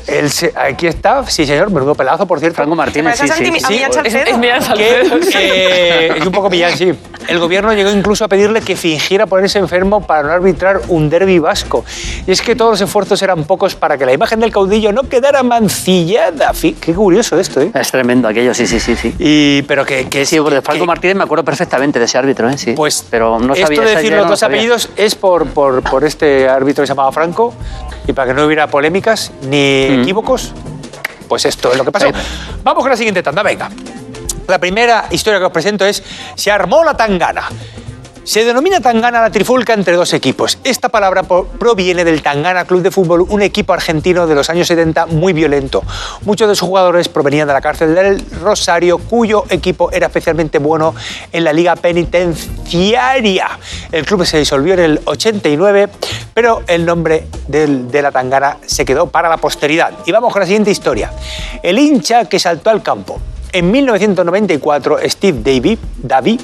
El se- aquí está, sí señor, menudo pelazo, por cierto.
Franco Martínez, sí,
Pareces
sí.
anti- a
sí,
Millán
es-
Salcedo.
es Millán
que
Salcedo.
eh, es un poco pillado, sí. El gobierno llegó incluso a pedirle que fingiera ponerse enfermo para no arbitrar un derbi vasco. Y es que todos los esfuerzos eran pocos para que la imagen del caudillo no quedara mancillada. Fi- Qué curioso esto, ¿eh?
Es tremendo aquello, sí, sí, sí, sí.
Y, pero que, que
Sí, porque de Franco
que-
Martínez me acuerdo perfectamente de ese árbitro, ¿eh? Sí.
Pues
pero no
esto
sabía
de
esa
decir
idea
los
no
dos
sabía.
apellidos es por, por, por este árbitro que se llamaba Franco y para que no hubiera polémicas ni
Mm.
equívocos, pues esto es lo que pasó. Vamos con la siguiente tanda, venga. La primera historia que os presento es se armó la tangana. Se denomina tangana la trifulca entre dos equipos. Esta palabra po- proviene del Tangana Club de Fútbol, un equipo argentino de los años 70 muy violento. Muchos de sus jugadores provenían de la cárcel del Rosario, cuyo equipo era especialmente bueno en la liga penitenciaria. El club se disolvió en el 89, pero el nombre del- de la tangana se quedó para la posteridad. Y vamos con la siguiente historia. El hincha que saltó al campo. En 1994, Steve Davy, Davy,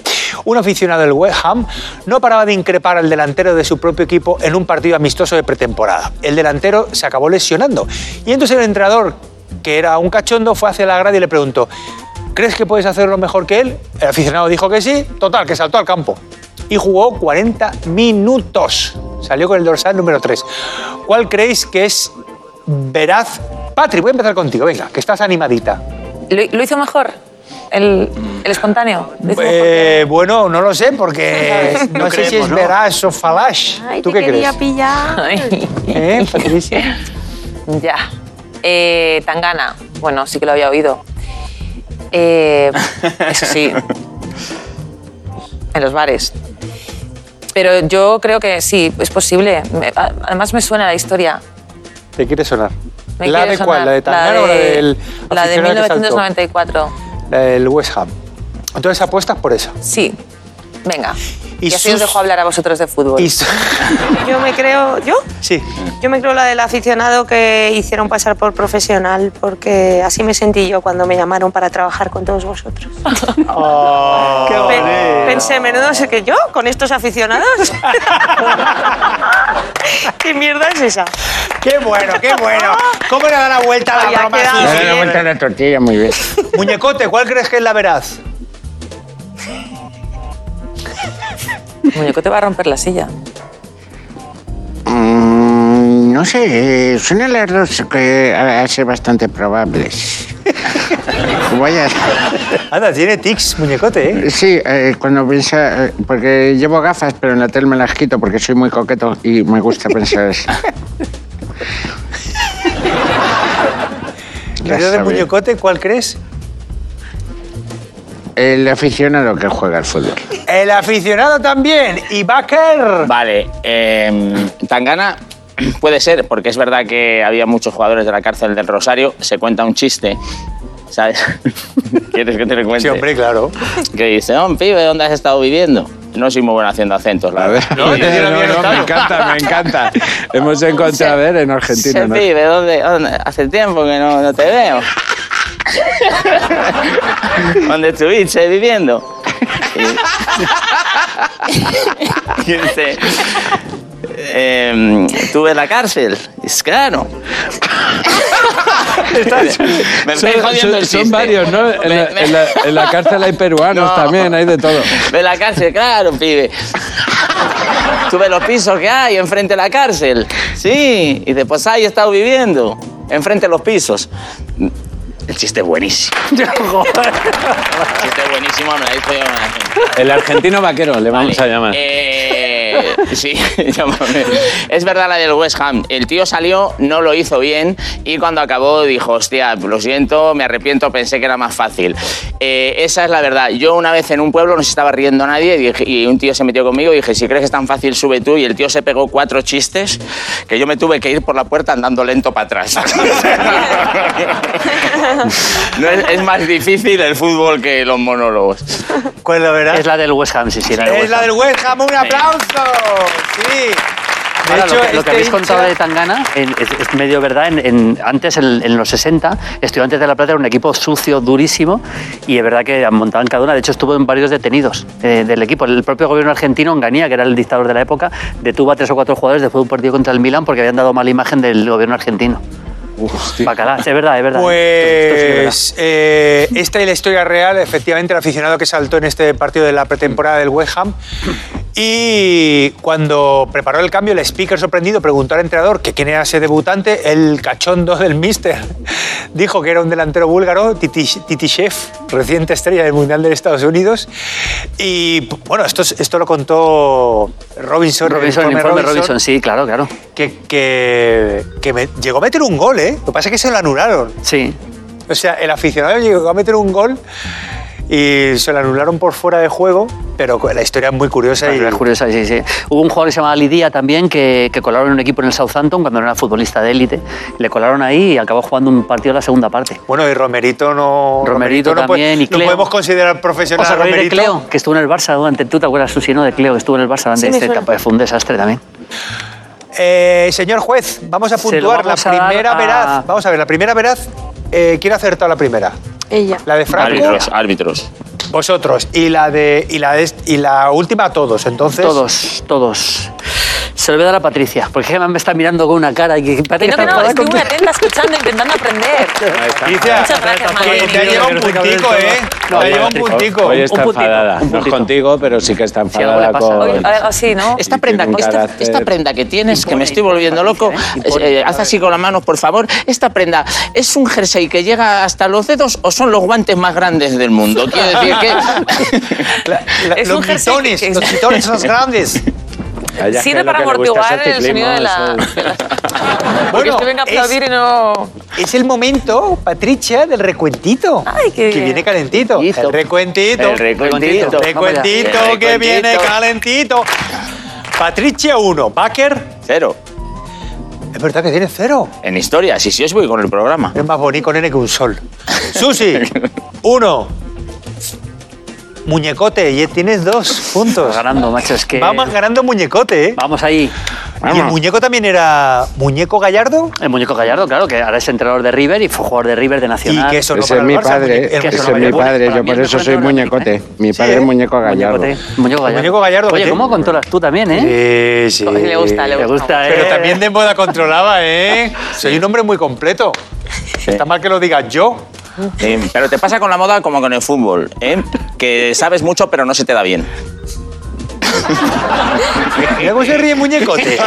un aficionado del West Ham, no paraba de increpar al delantero de su propio equipo en un partido amistoso de pretemporada. El delantero se acabó lesionando y entonces el entrenador, que era un cachondo, fue hacia la grada y le preguntó, ¿crees que puedes hacerlo mejor que él? El aficionado dijo que sí, total, que saltó al campo y jugó 40 minutos. Salió con el dorsal número 3. ¿Cuál creéis que es veraz? Patri, voy a empezar contigo, venga, que estás animadita.
¿Lo, lo hizo mejor? ¿El, el espontáneo? ¿Lo hizo mejor que-
Eh, bueno, no lo sé, porque no, sé si es veraz o falash. ¿Tú qué crees?
pillar.
Ay,
¿Eh, Patricia?
ya. Eh, Tangana. Bueno, sí que lo había oído. Eh, eso sí. En los bares. Pero yo creo que sí, es posible. Me- a- además me suena la historia.
¿Te quiere sonar?
Me
¿La
quiere
de
sonar.
cuál? ¿La de Tangana o la
de-
del
La de
aficionado que saltó?
1994.
La del West Ham. Entonces apuestas por esa.
Sí. Venga.
Y
Y, así os
sus-
dejo hablar a vosotros de fútbol.
Y s-
Yo me creo. ¿Yo?
sí.
Yo me creo la del aficionado que hicieron pasar por profesional, porque así me sentí yo cuando me llamaron para trabajar con todos vosotros. Pe- Pensé, menudo sé que yo, con estos aficionados. ¿Qué mierda es esa?
¡Qué bueno, qué bueno! ¿Cómo le da la vuelta a la
Había
broma?
quedado
Sí,
Le
sí.
doy la vuelta a la tortilla, muy bien.
Muñecote, ¿cuál crees que es la veraz?
El muñeco te va a romper la silla.
Mm, no sé, eh, son las dos que a a ser bastante probables. Voy a...
Anda, tiene tics, muñecote, ¿eh?
Sí, eh, cuando piensa... eh, porque llevo gafas, pero en la tele me las quito porque soy muy coqueto y me gusta pensar así. Ya
Querido de
sabía.
muñecote, ¿cuál crees?
El aficionado que juega al fútbol.
El aficionado también. Y Baker.
Vale, eh, Tangana puede ser, porque es verdad que había muchos jugadores de la cárcel del Rosario. Se cuenta un chiste, ¿sabes? ¿Quieres que te lo cuente?
Sí, hombre, claro.
Que dice, oh, pibe, ¿dónde has estado viviendo? No soy muy bueno haciendo acentos, la verdad.
No, yo no lo
me
había notado.
encanta, me encanta. Hemos encontrado, a ver, en Argentina.
Dice,
¿no?
pibe, ¿dónde, dónde- Hace tiempo que no, no te veo. ¿Dónde estuviste viviendo? Y- y dice, em, ¿Tuve la cárcel? Es claro. Me
Son,
estáis jodiendo
son-
el
son
chiste.
varios, ¿no? En la,
Me-
en la- en la cárcel hay peruanos
No.
también, hay de todo.
¿Ve la cárcel? Claro, pibe. Tú ves los pisos que hay enfrente de la cárcel. Sí, y después ahí he estado viviendo, enfrente de los pisos. El chiste es buenísimo. El chiste es buenísimo, me lo hizo yo.
El argentino vaquero, le vamos a llamar.
Eh, sí, llámame. Es verdad la del West Ham. El tío salió, no lo hizo bien y cuando acabó dijo, hostia, lo siento, me arrepiento, pensé que era más fácil. Eh, esa es la verdad. Yo una vez en un pueblo no se estaba riendo nadie y, dije- y un tío se metió conmigo y dije, si crees que es tan fácil, sube tú. Y el tío se pegó cuatro chistes que yo me tuve que ir por la puerta andando lento para atrás. No, es, es más difícil el fútbol que los monólogos.
¿Cuál es la veraz?
Es la del West Ham, sí, sí, la del
Es
West
la
Ham.
del West Ham, un aplauso. Sí. De
Ahora, lo, que, lo que
este
habéis contado
hincha-
de Tangana en- es, es medio verdad. En, en- antes, en, en los 60, Estudiantes de La Plata era un equipo sucio, durísimo, y es verdad que montaban cada una. De hecho, estuvo en varios detenidos eh, del equipo. El propio gobierno argentino, Onganía, que era el dictador de la época, detuvo a tres o cuatro jugadores después de un partido contra el Milan porque habían dado mala imagen del gobierno argentino. Bacalá, es verdad, es verdad. Esto- esto sí que es
Pues eh, esta es la historia real, efectivamente, el aficionado que saltó en este partido de la pretemporada del West Ham. Y cuando preparó el cambio, el speaker sorprendido preguntó al entrenador que quién era ese debutante. El cachondo del mister dijo que era un delantero búlgaro, Titi- Titishev, reciente estrella del Mundial de Estados Unidos. Y bueno, esto, es- esto lo contó Robinson.
verdad.
el
Robinson, el
informe
informe Robinson, sí, claro, claro.
que, que, que me- llegó a meter un gol, ¿eh? Lo que pasa es que se lo anularon.
Sí,
O sea, el aficionado llegó a meter un gol y se lo anularon por fuera de juego, pero la historia es muy curiosa. Y,
Claro, es curioso, sí, sí. Hubo un jugador que se llamaba Lidia también que, que colaron en un equipo en el Southampton cuando era futbolista de élite. Le colaron ahí y acabó jugando un partido en la segunda parte.
bueno, y Romerito no.
Romerito
no puede-
también, y
no
Cleo.
podemos considerar profesional
¿Os
a
acordáis de
Romerito.
Cleo, que estuvo en el Barça durante, tú te acuerdas, Susi, ¿no? De Cleo, que estuvo en el Barça durante
Sí, me
esta
suena.
etapa, fue un desastre también.
Eh, señor juez, vamos a
Se lo
puntuar la
vamos a dar
primera
a-
veraz. Vamos a ver, la primera veraz. Eh, ¿Quién ha acertado la primera?
Ella.
La de Franco,
Árbitros, árbitros.
vosotros. Y la, de, y, la de- y la última a todos, entonces.
Todos, todos. Se lo voy a dar a Patricia, porque Gemma me está mirando con una cara y que
Que
parece
no, que
está
no,
enfadada
estoy muy
conmigo.
atenta, escuchando, intentando aprender.
Alicia,
Muchas gracias,
que te ha
Manolo.
llevado un puntico, ¿eh? Te ha llevado un puntico.
Hoy está
Un puntito,
enfadada.
un
No es
puntito.
contigo, pero sí que está
Si algo le
enfadada
pasa,
con...
Oye, Algo así, ¿no?
Esta
Y
prenda,
tiene un
esta,
carácter
esta prenda que tienes, que me estoy
Impone,
volviendo loco,
impone, impone,
eh, haz así con la mano, por favor. Esta prenda, ¿es un jersey que llega hasta los dedos o son los guantes más grandes del mundo? Quiero decir que.
La- la-
Es un
los
jersey
quitones,
que- que-
los quitones esos grandes.
A ella es que
Sirve
lo
para
que le gusta es
amortiguar el sonido de la.
ciclismo, es el-
Porque
Bueno,
estoy venga a
es-
aplaudir y no.
Es el momento, Patricia, del recuentito.
Ay, qué
Que
bien.
viene calentito.
Listo.
El recuentito.
El recuentito.
El recuentito
Vamos ya.
que
El
viene
recuentito.
calentito. Patricia 1, Baker.
Cero.
Es verdad que tiene cero.
En historia, sí, sí, os voy con el programa.
Es más bonito nene que un sol. Susi, 1. Muñecote, y tienes dos puntos.
Ganando, macho, es que...
Vamos ganando muñecote, ¿eh?
Vamos ahí.
Y el muñeco también era muñeco gallardo.
El muñeco Gallardo, claro, que ahora es entrenador de River y fue jugador de River de
Y
Nacional.
que eso no
Ese es mi padre,
muñeco- el
ese es
muñeco
mi
gallardo.
padre,
Para
yo
mí
por
es
eso soy
mejor que ahora,
muñecote.
¿eh?
Mi
Sí,
padre
¿eh?
es muñeco gallardo.
Muñecote, Muñeco Gallardo.
Muñeco Gallardo,
Oye,
¿qué?
¿cómo controlas tú también, eh?
Sí, sí.
Pues Le gusta, le
Te gusta, eh.
Pero también de moda controlaba, ¿eh? Soy un hombre muy completo. Está mal que lo diga yo.
Eh, pero te pasa con la moda como con el fútbol, ¿eh? que sabes mucho pero no se te da bien.
Mira cómo se ríe muñecote.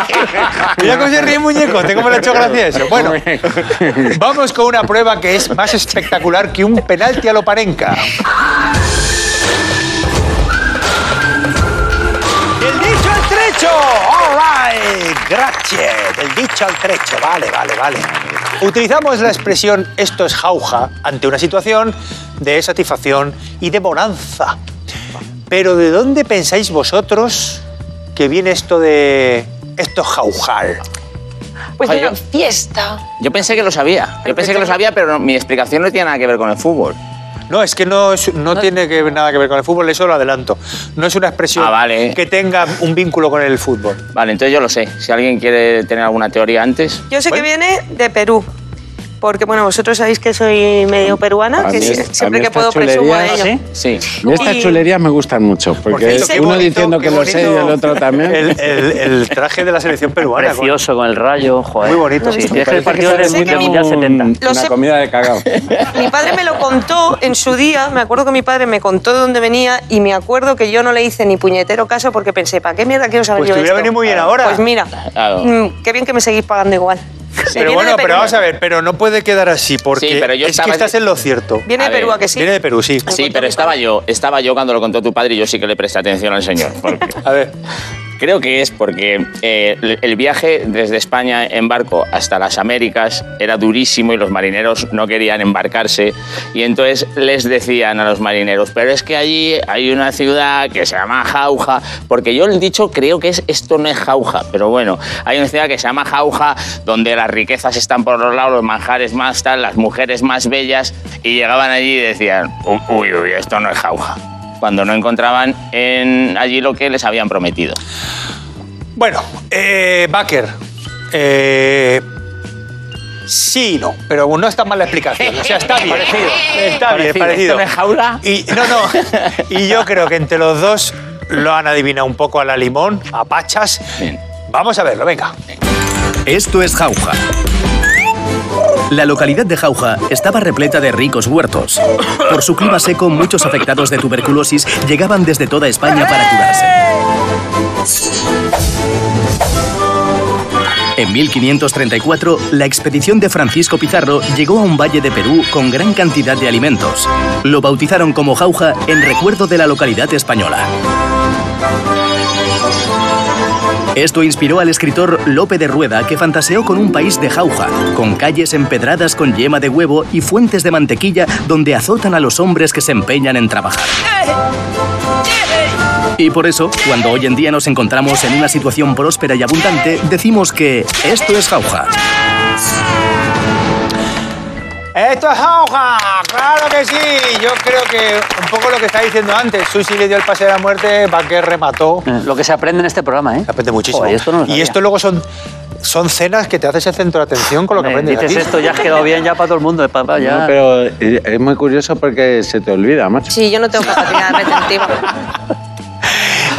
Mira cómo se ríe muñecote, cómo le ha hecho gracia eso. Bueno, vamos con una prueba que es más espectacular que un penalti a lo parenca. Del dicho al trecho. All right. Gracias. Del dicho al trecho. Vale, vale, vale. Utilizamos la expresión esto es jauja ante una situación de satisfacción y de bonanza. Pero ¿de dónde pensáis vosotros que viene esto de esto es jaujal?
Pues
Oye,
de una
yo-
fiesta.
Yo pensé que lo sabía, yo pensé que lo sabía, pero no- mi explicación no tiene nada que ver con el fútbol.
No, es que no, es- no tiene que, nada que ver con el fútbol, eso lo adelanto. No es una expresión
Ah, vale.
que tenga un vínculo con el fútbol.
Vale, entonces yo lo sé. Si alguien quiere tener alguna teoría antes,
Yo sé que
Bueno.
viene de Perú. Porque, bueno, vosotros sabéis que soy medio peruana,
A
que
mí
sie-
es- a
siempre
mí
que
esta
puedo presumo de
chulería-
ello.
¿Sí?
sí.
Y estas
Y-
chulerías me gustan mucho, porque
cierto, qué
uno
bonito,
diciendo que
qué
lo sé y
bonito
el otro también.
El, el- el traje de la selección peruana. con-
Precioso con el rayo, joder.
Muy bonito.
Sí,
Me
tienes que
Parece
el partido
que
del
se
del
un-
Mundial 70.
Lo
Una
sé.
comida de cagao.
Mi padre me lo contó en su día, me acuerdo que mi padre me contó de dónde venía y me acuerdo que yo no le hice ni puñetero caso porque pensé, ¿para qué mierda quiero saber
Pues
yo
te hubiera
esto?
venido muy bien ahora.
Pues mira,
Claro.
mm, qué bien que me seguís pagando igual. Viene
Pero
de
bueno, pero
Perú.
vamos a ver, pero no puede quedar así, porque
Sí, pero yo
es
estaba-
que estás en lo cierto.
Viene
A
de Perú,
ver,
¿a que sí?
Viene de Perú, sí.
Sí, pero estaba yo, estaba yo cuando lo contó tu padre y yo sí que le presté atención al señor. porque
A ver,
creo que es porque eh, el- el viaje desde España en barco hasta las Américas era durísimo y los marineros no querían embarcarse. Y entonces les decían a los marineros, pero es que allí hay una ciudad que se llama Jauja, porque yo el dicho creo que es esto no es Jauja, pero bueno, hay una ciudad que se llama Jauja donde las riquezas están por los lados, los manjares más tal, las mujeres más bellas, y llegaban allí y decían, uy, uy, esto no es Jauja cuando no encontraban en allí lo que les habían prometido.
Bueno, eh, Baker. eh, sí y no, pero no está mal la explicación. O sea, está bien. Está bien, parecido.
jaula?
¿eh?
Y, no, no. Y yo creo que entre los dos lo han adivinado un poco a la limón, a pachas.
Bien.
Vamos a verlo, venga.
Esto es Jauja. La localidad de Jauja estaba repleta de ricos huertos. Por su clima seco, muchos afectados de tuberculosis llegaban desde toda España para curarse. En 1534, la expedición de Francisco Pizarro llegó a un valle de Perú con gran cantidad de alimentos. Lo bautizaron como Jauja en recuerdo de la localidad española. Esto inspiró al escritor Lope de Rueda, que fantaseó con un país de jauja, con calles empedradas con yema de huevo y fuentes de mantequilla donde azotan a los hombres que se empeñan en trabajar. Y por eso, cuando hoy en día nos encontramos en una situación próspera y abundante, decimos que esto es jauja.
Esto es Jauja, claro que sí. Yo creo que un poco lo que estaba diciendo antes, Susi le dio el pase de la muerte, Baker remató.
Lo que se aprende en este programa, ¿eh?
Eh. Aprende muchísimo.
Joder, esto no lo
y
sabía.
esto luego son, son cenas que te haces el centro de atención con lo que
Me
aprendes.
dices
aquí.
esto, ya has quedado bien ya para todo el mundo, eh, papá, ya.
No, pero eh, es muy curioso porque se te olvida, macho.
Sí, yo no tengo capacidad retentiva.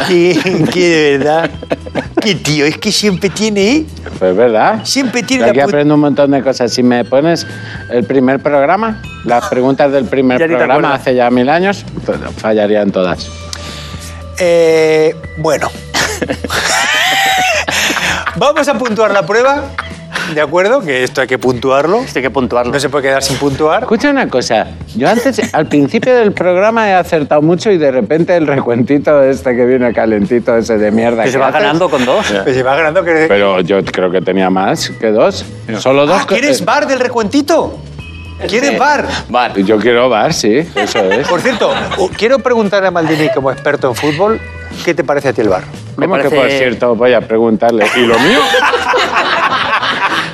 Que, que de verdad. Que tío, es que siempre tiene, ¿eh?
Pues verdad.
Siempre
Yo
tiene
aquí
la puta.
aprendo un montón de cosas. Si me pones el primer programa, las preguntas del primer
Ah. Ya ni te
programa
acuerdas.
hace ya mil años, pues, fallarían todas.
Eh, bueno. Vamos a puntuar la prueba, ¿de acuerdo? Que esto hay que puntuarlo.
Esto hay que puntuarlo.
No se puede quedar sin puntuar.
Escucha una cosa, yo antes, al principio del programa he acertado mucho y de repente el recuentito este que viene calentito, ese de mierda.
Que se
que
va
haces,
ganando con dos.
Pues lleva ganando que...
Pero yo creo que tenía más que dos. Solo dos.
Ah, ¿Quieres
eh,
bar del recuentito? ¿Quieres bar?
Vale.
Yo quiero bar, sí, eso es.
Pues
Por cierto, o- quiero preguntarle a Maldini, como experto en fútbol, ¿qué te parece a ti el bar?
Me
¿Cómo que
parece-
por cierto? Voy a preguntarle. ¿Y lo mío?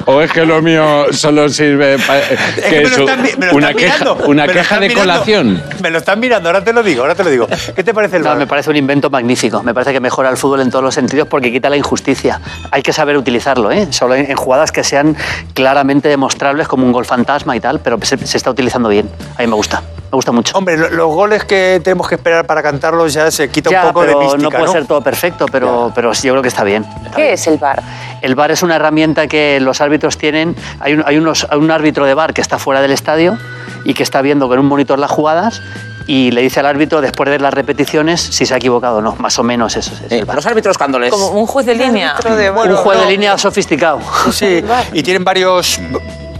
¿O es que lo mío solo sirve para.
Es que me lo están mi- me lo
una
están
queja,
mirando,
una
me lo
queja
están
de
mirando.
colación?
Me lo están mirando, ahora te lo digo, ahora te lo digo. ¿Qué te parece el
No,
bar?
me parece un invento magnífico. Me parece que mejora el fútbol en todos los sentidos porque quita la injusticia. Hay que saber utilizarlo, ¿eh? Solo en, en jugadas que sean claramente demostrables como un gol fantasma y tal, pero se, se está utilizando bien. A mí me gusta. Me gusta mucho.
Hombre, lo- los goles que tenemos que esperar para cantarlos ya se quita
Ya,
un poco de
pero
mística,
no
¿no?
puede ser todo perfecto, pero, pero sí, yo creo que está bien.
¿Qué es el bar?
El VAR es una herramienta que los árbitros tienen. Hay un, hay unos- hay un árbitro de VAR que está fuera del estadio y que está viendo con un monitor las jugadas y le dice al árbitro después de las repeticiones si se ha equivocado o no. Más o menos eso es
Eh,
el VAR.
los árbitros cuando les...
Como un juez de línea.
un juego
no.
de línea sofisticado.
Sí, y tienen varios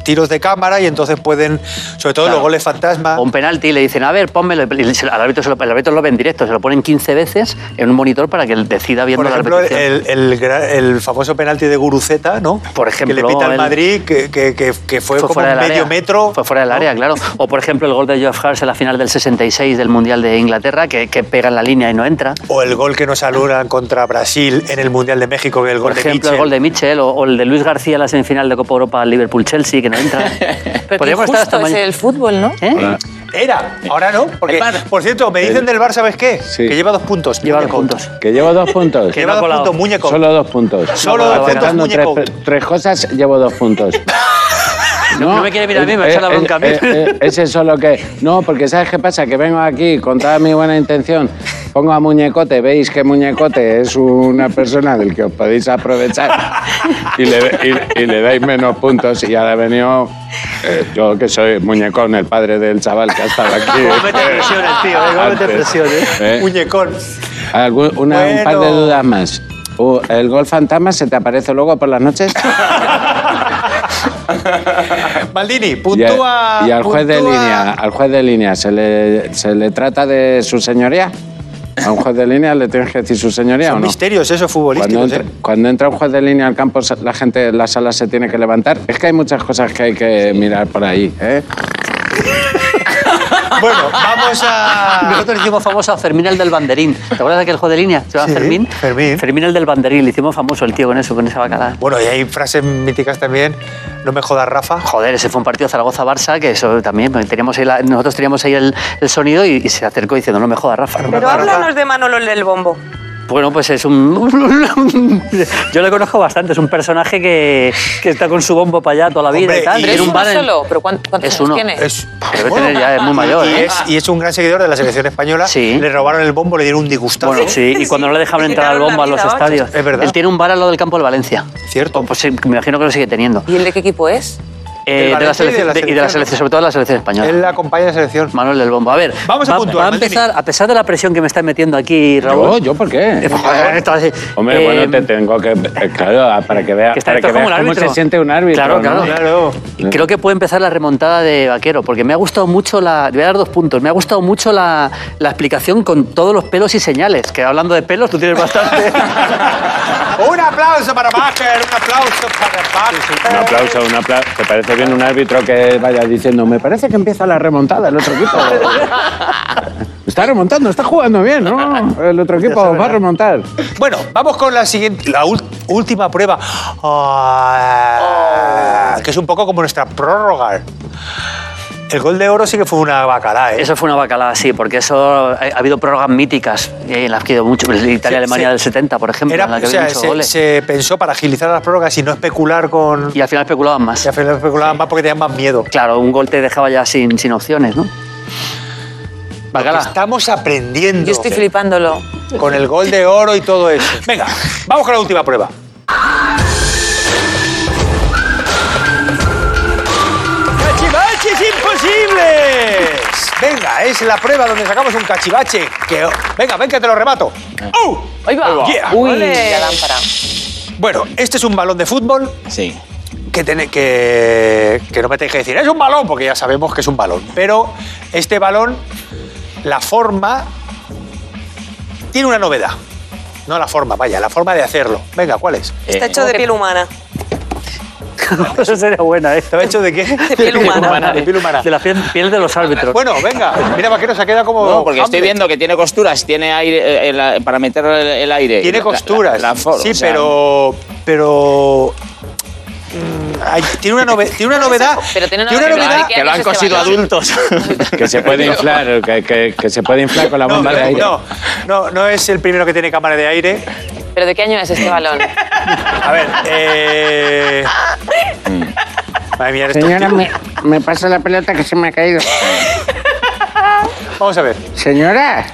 tiros de cámara y entonces pueden, sobre todo los goles fantasma.
O un penalti le dicen, a ver, pónmelo. Y se- al árbitro, se lo, el árbitro lo ve en directo, se lo ponen 15 veces en un monitor para que él decida viendo
Por ejemplo,
la repetición.
el, el gra- el famoso penalti de Guruceta, ¿no?
Por
Que le
ejemplo,
pita al
el-
Madrid, que, que- que- que fue, como
fuera del
medio
área.
metro.
Fue fuera del
¿no?
área, claro. O por ejemplo el gol de Geoff Hurst en la final del 66 del Mundial de Inglaterra, que, que pega en la línea y no entra.
O el gol que nos aluran contra Brasil en el Mundial de México, que el gol
Por ejemplo,
de
el gol de Mitchell o, o el de Luis García en la semifinal de Copa Europa al Liverpool-Chelsea, que no entra.
Pero qué
estar hasta
justo es
mañana.
el fútbol, ¿no?
¿Eh?
Era, ahora no. Porque,
El Bar.
por cierto, me dicen del Bar, ¿sabes qué?
Sí.
Que lleva dos puntos.
Lleva los
muñeco.
puntos.
Que llevo dos puntos.
Que
no
lleva
ha
dos
colado.
puntos, muñeco.
Solo dos puntos.
Solo
dos puntos,
Acertando tres,
muñeco.
tres cosas, llevo dos puntos. eh,
No me quiere mirar a mí, me echa la bronca a mí.
ese es solo que. No, porque ¿sabes qué pasa? Que vengo aquí con toda mi buena intención. Pongo a Muñecote, veis que Muñecote es una persona del que os podéis aprovechar y le, y- y le dais menos puntos. Y ahora he venido, eh, yo que soy Muñecón, el padre del chaval que ha estado aquí.
Cómete presiones, tío, eh, cómete
Antes,
presiones.
¿eh?
Muñecón.
Algún- una- Un par de
Bueno.
dudas más. Uh, ¿El gol fantasma se te aparece luego por las noches?
Maldini,
Y, al-
puntúa.
y al juez de
puntúa.
línea, al juez de línea, ¿se le, ¿se le trata de su señoría? ¿A un juez de línea le tienes que decir su señoría o
Son
no?
misterios esos
Cuando
futbolísticos,
entra,
¿eh?
cuando entra un juez de línea al campo, se- la gente, la sala se tiene que levantar. Es que hay muchas cosas que hay que mirar por ahí. ¿eh?
Bueno, vamos a.
Nosotros hicimos famoso a Fermín el del banderín. ¿Te acuerdas de aquel juego de línea? ¿Se llama
Sí,
Fermín?
Fermín.
el del banderín. Le hicimos famoso el tío con eso, con esa bacala.
Bueno, y hay frases míticas también. No me jodas, Rafa.
Joder, ese fue un partido Zaragoza-Barça que eso también pues, teníamos ahí la- nosotros teníamos ahí el, el sonido y, y se acercó diciendo no me jodas Rafa.
Pero-
Pero háblanos de Manolo el del bombo.
Bueno, pues es un yo le conozco bastante, es un personaje que, que está con su bombo para allá toda la vida
Hombre,
y tal.
y-
Pero
Tiene
es
Tiene
un
uno
bar en-
solo. ¿Pero cuán- cuántos
Es
años
uno.
tiene?
Es,
Debe tener ya, es muy mayor,
Y
¿eh?
es, y es un gran seguidor de la selección española.
Sí.
Le robaron el bombo, le dieron un disgustazo.
Bueno, sí, y cuando no le dejaban
Sí,
entrar al
quitaron la
bombo a los
vida, ocho.
estadios.
Es verdad.
Él tiene un bar al lado del campo del Valencia. Oh, pues
Cierto.
O, pues sí, me imagino que lo sigue teniendo.
¿Y el de qué equipo es?
eh, de, la
Valencia y de la
selección, de- y de la selección, sobre todo de la selección española.
Él la acompaña de selección.
Manuel del Bombo. A ver,
Vamos a
va,
puntuar,
va a
Maldini.
empezar, a pesar de la presión que me está metiendo aquí
¿Yo?
Raúl.
¿Yo por qué?
Joder, esto así.
Hombre,
Eh,
bueno, te tengo que. eh, Claro, para que veas
que está
para que
esto como
veas
el
cómo
árbitro.
se siente un árbitro.
Claro,
¿no?
claro.
Claro.
Y Creo que puede empezar la remontada de Vaquero, porque me ha gustado mucho la. te Voy a dar dos puntos. Me ha gustado mucho la, la explicación con todos los pelos y señales. Que hablando de pelos, tú tienes bastante.
Un aplauso para Bacher, un aplauso para Bacher.
Un aplauso, un aplauso. ¿Te parece bien un árbitro que vaya diciendo, me parece que empieza la remontada el otro equipo? está remontando, está jugando bien, ¿no? El otro equipo va a remontar.
Bueno, vamos con la siguiente, la ul- última prueba. Ah, Que es un poco como nuestra prórroga. El gol de oro sí que fue una bacalá, ¿eh?
Eso fue una bacalada, sí, porque eso ha, ha habido prórrogas míticas eh, en las que ha ido mucho. Italia-Alemania
sí.
del 70, por ejemplo,
Era-
en la que
o
había
sea,
muchos
se,
goles.
se pensó para agilizar las prórrogas y no especular con.
Y al final especulaban más.
Y al final especulaban más porque tenían más miedo.
Claro, un gol te dejaba ya sin, sin opciones, ¿no?
Lo que Estamos aprendiendo
Yo estoy flipándolo.
con el gol de oro y todo eso. Venga, vamos con la última prueba. ¡Cachivaches imposibles! Venga, es la prueba donde sacamos un cachivache. Que... Venga, ven que te lo remato. ¡Oh!
Ahí va.
Yeah.
Uy, la lámpara.
Bueno, este es un balón de fútbol
Sí.
que, tiene- que, que no me tenéis que decir, es un balón, porque ya sabemos que es un balón. Pero este balón, la forma, tiene una novedad. No la forma, vaya, la forma de hacerlo. Venga, ¿cuál es?
Está
Eh,
hecho de piel humana.
Eso sería buena, ¿eh?
¿Estaba hecho de qué?
De piel humana.
De piel humana.
De la piel, piel de los árbitros.
Bueno, venga, mira, vaquero, se ha quedado como.
No, porque estoy
Hamlet.
viendo que tiene costuras, tiene aire eh, eh, la- para meter el, el aire.
Tiene
La- la-
costuras.
la for-
sí,
o sea,
pero. Pero. mm, ay, tiene una, nove- tiene una novedad.
Pero tiene una
Que, lo
novedad.
han-
¿Qué
que lo
años
han
es
cosido
este balón?
adultos.
Que se puede inflar, que, que- que se puede inflar con la
No,
bomba de aire.
no, no, no es el primero que tiene cámara de aire.
¿Pero de qué año es este balón?
A ver, eh. Madre mía, eres tú.
Mm. Señora, me, me pasa la pelota que se me ha caído.
Vamos a ver.
Señora,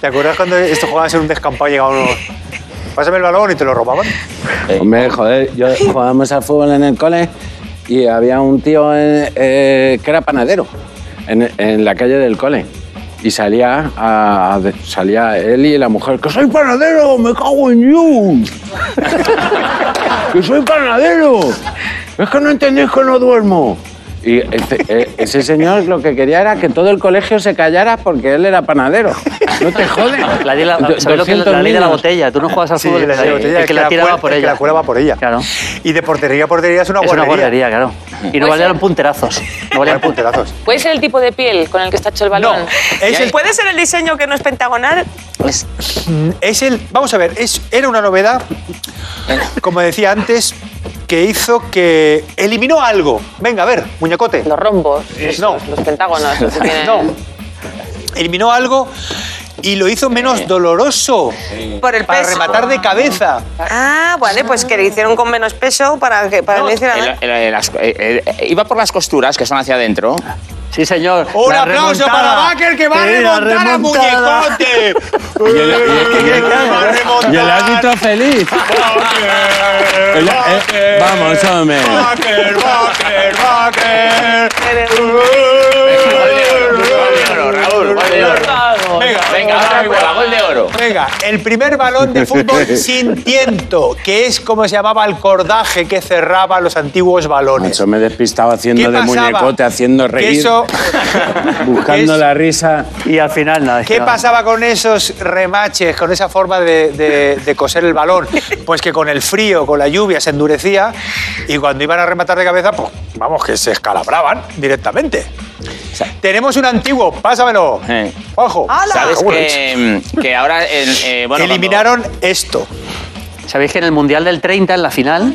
¿Te acuerdas cuando esto jugaba a ser un descampado y llegaba uno. Pásame el balón y te lo robaban?
Hombre, joder, yo jugábamos al fútbol en el cole y había un tío eh, eh, que era panadero en, en la calle del cole. Y salía, a- a de- salía él y la mujer, que soy panadero, me cago en you. que soy panadero. Es que no entendéis que no duermo. Y este- eh, ese señor lo que quería era que todo el colegio se callara porque él era panadero. No te jodes.
La, ley de la-
Do-
¿sabes lo que es la- la ley de la
200
botella. Tú no juegas al
Sí,
fútbol.
la ley de la
el-
botella,
el que la
la
tiraba
cuel-
por
el
ella.
que la curaba por ella.
Claro.
Y de portería a portería es una
es una guardería,
guardería.
claro. Y no
Puede
valían
ser.
punterazos. No
Pues Vale,
valían punterazos.
punterazos.
¿Puede ser el tipo de piel con el que está hecho el
No,
balón?
es el,
¿Puede ser el diseño que no es pentagonal?
es el. Vamos a ver, es, era una novedad, como decía antes, que hizo que eliminó algo. Venga, a ver, muñecote.
Los rombos,
No.
los pentágonos, los que tienen-
No. Eliminó algo y lo hizo menos doloroso
Por el
para
peso.
rematar de cabeza.
Ah, vale, pues que lo hicieron con menos peso para que para
No,
no hicieran-
El- el- el- las- eh, eh, iba por las costuras que son hacia adentro.
Sí, señor.
Un
La
aplauso
remontada.
para Baker que va a
Sí, la
remontar a
remontada.
muñecote.
Y el, y el- y el-
Va a remontar.
y el árbitro feliz.
Baker,
El- eh,
Baker,
vamos, hombre.
Baker, Baker, Baker. Venga,
Venga, ahora mismo, la gol de oro.
Venga, el primer balón de fútbol sin tiento, que es como se llamaba el cordaje que cerraba los antiguos balones.
Macho, me he despistado haciendo de
pasaba?
muñecote, haciendo
Que
reír,
eso-
buscando
es-
la risa.
Y al final nada.
¿Qué
nada.
pasaba con esos remaches, con esa forma de, de- de coser el balón? Pues que con el frío, con la lluvia, se endurecía y cuando iban a rematar de cabeza, pues vamos, que se escalabraban directamente. Tenemos un antiguo, pásamelo.
Eh.
Juanjo,
¿Sabes
Seguro.
que, que ahora. en- eh, bueno, cuando-
Eliminaron esto.
¿Sabéis que en el Mundial del 30, en la final,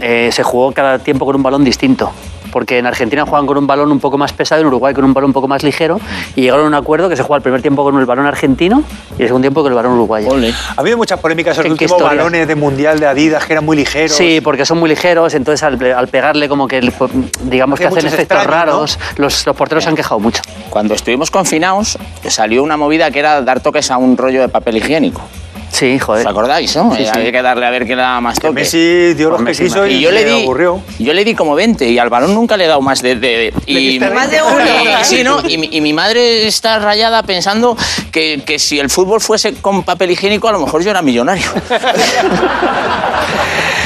eh, se jugó cada tiempo con un balón distinto? Porque en Argentina juegan con un balón un poco más pesado, en Uruguay con un balón un poco más ligero, y llegaron a un acuerdo que se juega el primer tiempo con el balón argentino y el segundo tiempo con el balón uruguayo.
Ole.
Ha habido muchas polémicas sobre
¿Qué-
los
qué
últimos
historia?
balones de mundial de Adidas que eran muy ligeros.
Sí, porque son muy ligeros, entonces al, al pegarle como que, el- digamos
Hace
que hacen
muchos
efectos
extraños, ¿no?
raros, los, los porteros se han quejado mucho.
Cuando estuvimos confinados, salió una movida que era dar toques a un rollo de papel higiénico.
Sí, joder.
¿Os acordáis, no?
Sí,
Eh,
sí.
Había que darle a ver quién le daba más toque.
Messi dio los
Pues
que
Messi,
quiso y,
Y yo le di,
aburrió.
yo le di como 20 y al balón nunca le he dado más de... de- y,
Más de uno.
y- sí, ¿no? Y, mi- y mi madre está rayada pensando que, que si el fútbol fuese con papel higiénico a lo mejor yo era millonario.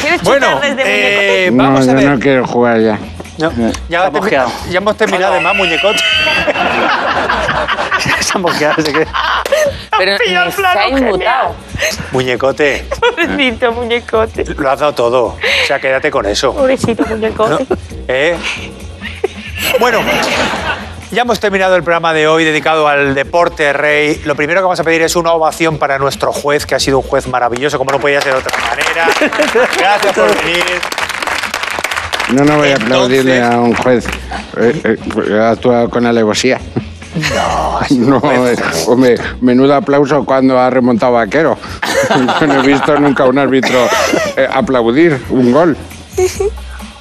¿Quieres chutar
Bueno,
desde
eh,
muñecote?
vamos
no,
a
yo
ver.
no quiero jugar ya.
No, ya,
Estamos
termi-
quedados.
ya hemos terminado de más muñecote.
Están boqueados, se cree.
Pero ni se ha inmutado.
Muñecote,
Pobrecito muñecote.
lo has dado todo. O sea, quédate con eso.
Pobrecito muñecote.
¿no? ¿Eh? Bueno, ya hemos terminado el programa de hoy dedicado al deporte, Rey. Lo primero que vamos a pedir es una ovación para nuestro juez, que ha sido un juez maravilloso, como no podía ser de otra manera. Gracias por venir.
No, no voy a aplaudirle a un juez. Eh, eh, ha actuado con alevosía. No, eh, hombre, menudo aplauso cuando ha remontado Vaquero. Yo no he visto nunca un árbitro eh, aplaudir un gol.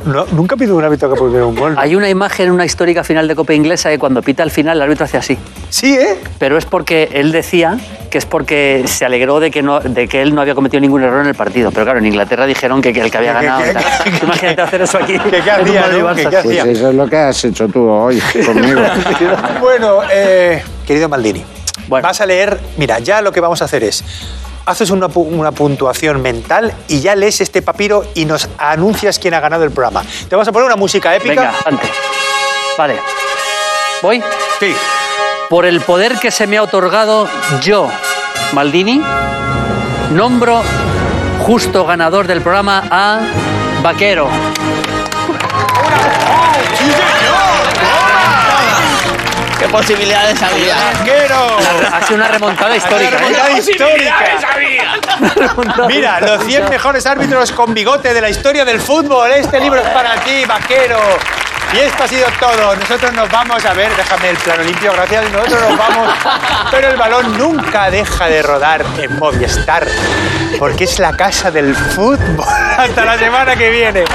No, nunca he pedido un hábito que pudiera un gol.
Hay una imagen en una histórica final de Copa Inglesa que cuando pita al final el árbitro hace así.
Sí, ¿eh?
Pero es porque él decía que es porque se alegró de que, no, de que él no había cometido ningún error en el partido. Pero claro, en Inglaterra dijeron que, que el que había
Que- que-
ganado.
que-
y tal.
que-
Imagínate hacer eso aquí.
que- que
en un
hacía,
Madrid
¿no?
Barça.
Que- que hacía.
Pues eso es lo que has hecho tú hoy conmigo.
Bueno, eh, querido Maldini,
Bueno.
vas a leer. Mira, ya lo que vamos a hacer es. Haces una, pu- una puntuación mental y ya lees este papiro y nos anuncias quién ha ganado el programa. Te vamos a poner una música épica.
Venga, antes. Vale. Voy.
Sí.
Por el poder que se me ha otorgado, yo, Maldini, nombro justo ganador del programa a Vaquero.
¿Qué posibilidades había?
¡Vaquero!
Ha sido una remontada histórica. ¿eh?
Remontada histórica. Mira, los 100 mejores árbitros con bigote de la historia del fútbol. Este libro es para ti, vaquero. Y esto ha sido todo. Nosotros nos vamos a ver, déjame el plano limpio, gracias. Nosotros nos vamos, pero el balón nunca deja de rodar en Movistar, porque es la casa del fútbol. Hasta la semana que viene.